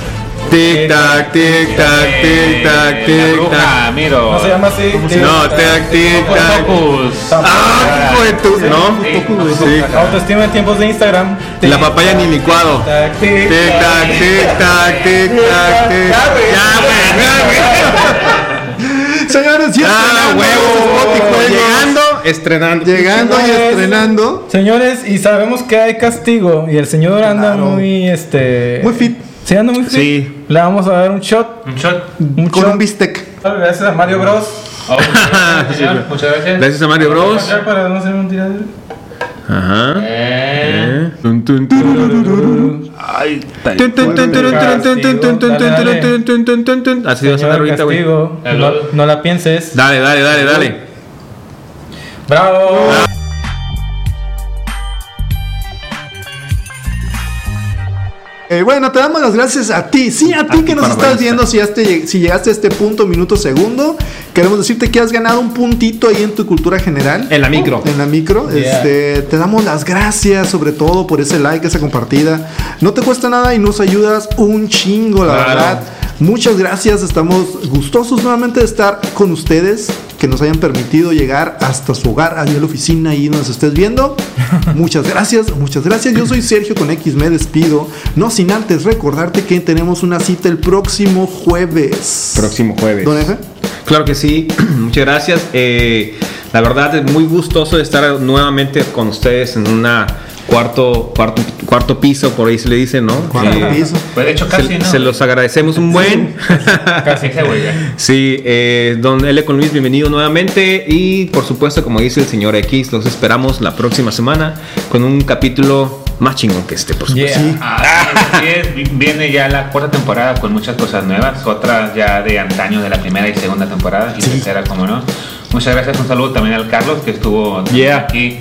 A: Tic tac, tic tac, tic tac,
D: Eh, La
A: tic
D: bruja,
A: tac.
D: miro.
C: No se llama así. Tic,
A: No, tic tic tac.
D: Focus.
A: Ah, hijo de tu, no. Sí.
C: Autoestima en tiempos de Instagram.
A: La papaya ni licuado.
C: Tic, tic,
A: Tic tac, tic tac, tic tac, tic.
C: Ya, güey.
A: Ya, güey, ya, güey.
B: Señores, ya
A: Ah,
B: estrenando
A: huevo.
B: los botijuegos.
A: Llegando, estrenando.
B: Llegando y
C: Señores.
B: estrenando.
C: Señores, y sabemos que hay castigo. Y el señor anda
B: Claro.
C: muy, este.
B: Muy fit.
C: Sí, anda muy fit.
A: Sí. Mm.
C: Le vamos a dar un shot.
D: Un shot.
C: Un
B: Con
C: shot.
B: un bistec.
C: Gracias a Mario Bros.
D: Oh,
A: Ah,
D: gracias, señor. Muchas gracias.
A: Gracias a Mario Bros.
C: Para no hacer un tiradero.
A: Ajá.
D: Eh,
A: Eh. Tun, tun, tun.
D: Ay,
A: Tun, tun, tun, tun, tun, tun, tun, tun, tun, tun, tun, tun, tun, tun, tun, tun. Así va a sonar
C: Señor
A: ahorita, güey.
C: castigo. No,
D: Hello.
C: no la pienses.
A: Dale, dale, dale, dale.
C: Bravo.
B: Eh, bueno, te damos las gracias a ti, sí, a ti que nos
A: para
B: estás
A: ver.
B: viendo, si, has te- si llegaste a este punto, minuto, segundo. Queremos decirte que has ganado un puntito ahí en tu cultura general.
A: En la micro.
B: En la micro.
C: Yeah.
B: Este, te damos las gracias, sobre todo, por ese like, esa compartida. No te cuesta nada y nos ayudas un chingo, la
A: Claro.
B: verdad. Muchas gracias, estamos gustosos nuevamente de estar con ustedes, que nos hayan permitido llegar hasta su hogar, allí a la oficina, ahí donde nos estés viendo. Muchas gracias, muchas gracias. Yo soy Sergio con X, me despido. No sin antes recordarte que tenemos una cita el próximo jueves.
A: Próximo jueves.
B: ¿Don Efe?
A: Claro que sí, muchas gracias. Eh, la verdad es muy gustoso de estar nuevamente con ustedes en una cuarto, cuarto, cuarto piso, por ahí se le dice, ¿no?
B: Cuarto
A: Eh,
B: piso.
D: pues de hecho
A: se-
D: casi, ¿no?
A: se los agradecemos un buen.
D: Casi ese güey. ya.
A: Sí, eh, don L con Luis, bienvenido nuevamente y por supuesto, como dice el señor X, los esperamos la próxima semana con un capítulo más chingón que este, por
D: supuesto. Así Ah, es, viene ya la cuarta temporada con muchas cosas nuevas, otras ya de antaño de la primera y segunda temporada y tercera, como no. Muchas gracias, un saludo también al Carlos que estuvo también
A: Yeah.
D: aquí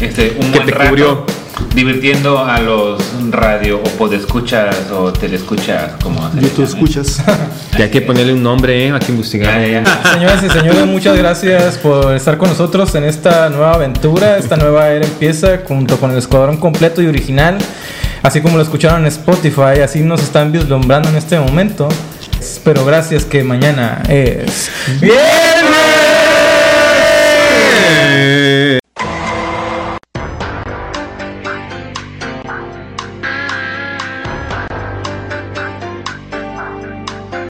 D: este, un
A: Que
D: buen
A: te
D: rato
A: cubrió.
D: divirtiendo a los radio o podescuchas o telescuchas, como se
B: Y tú escuchas.
A: Ya hay que ponerle un nombre, ¿eh? Hay que investigar.
C: Señoras y señores, muchas gracias por estar con nosotros en esta nueva aventura. Esta nueva era empieza junto con el escuadrón completo y original. Así como lo escucharon en Spotify, así nos están vislumbrando en este momento. Pero gracias que mañana es... ¡Viernes!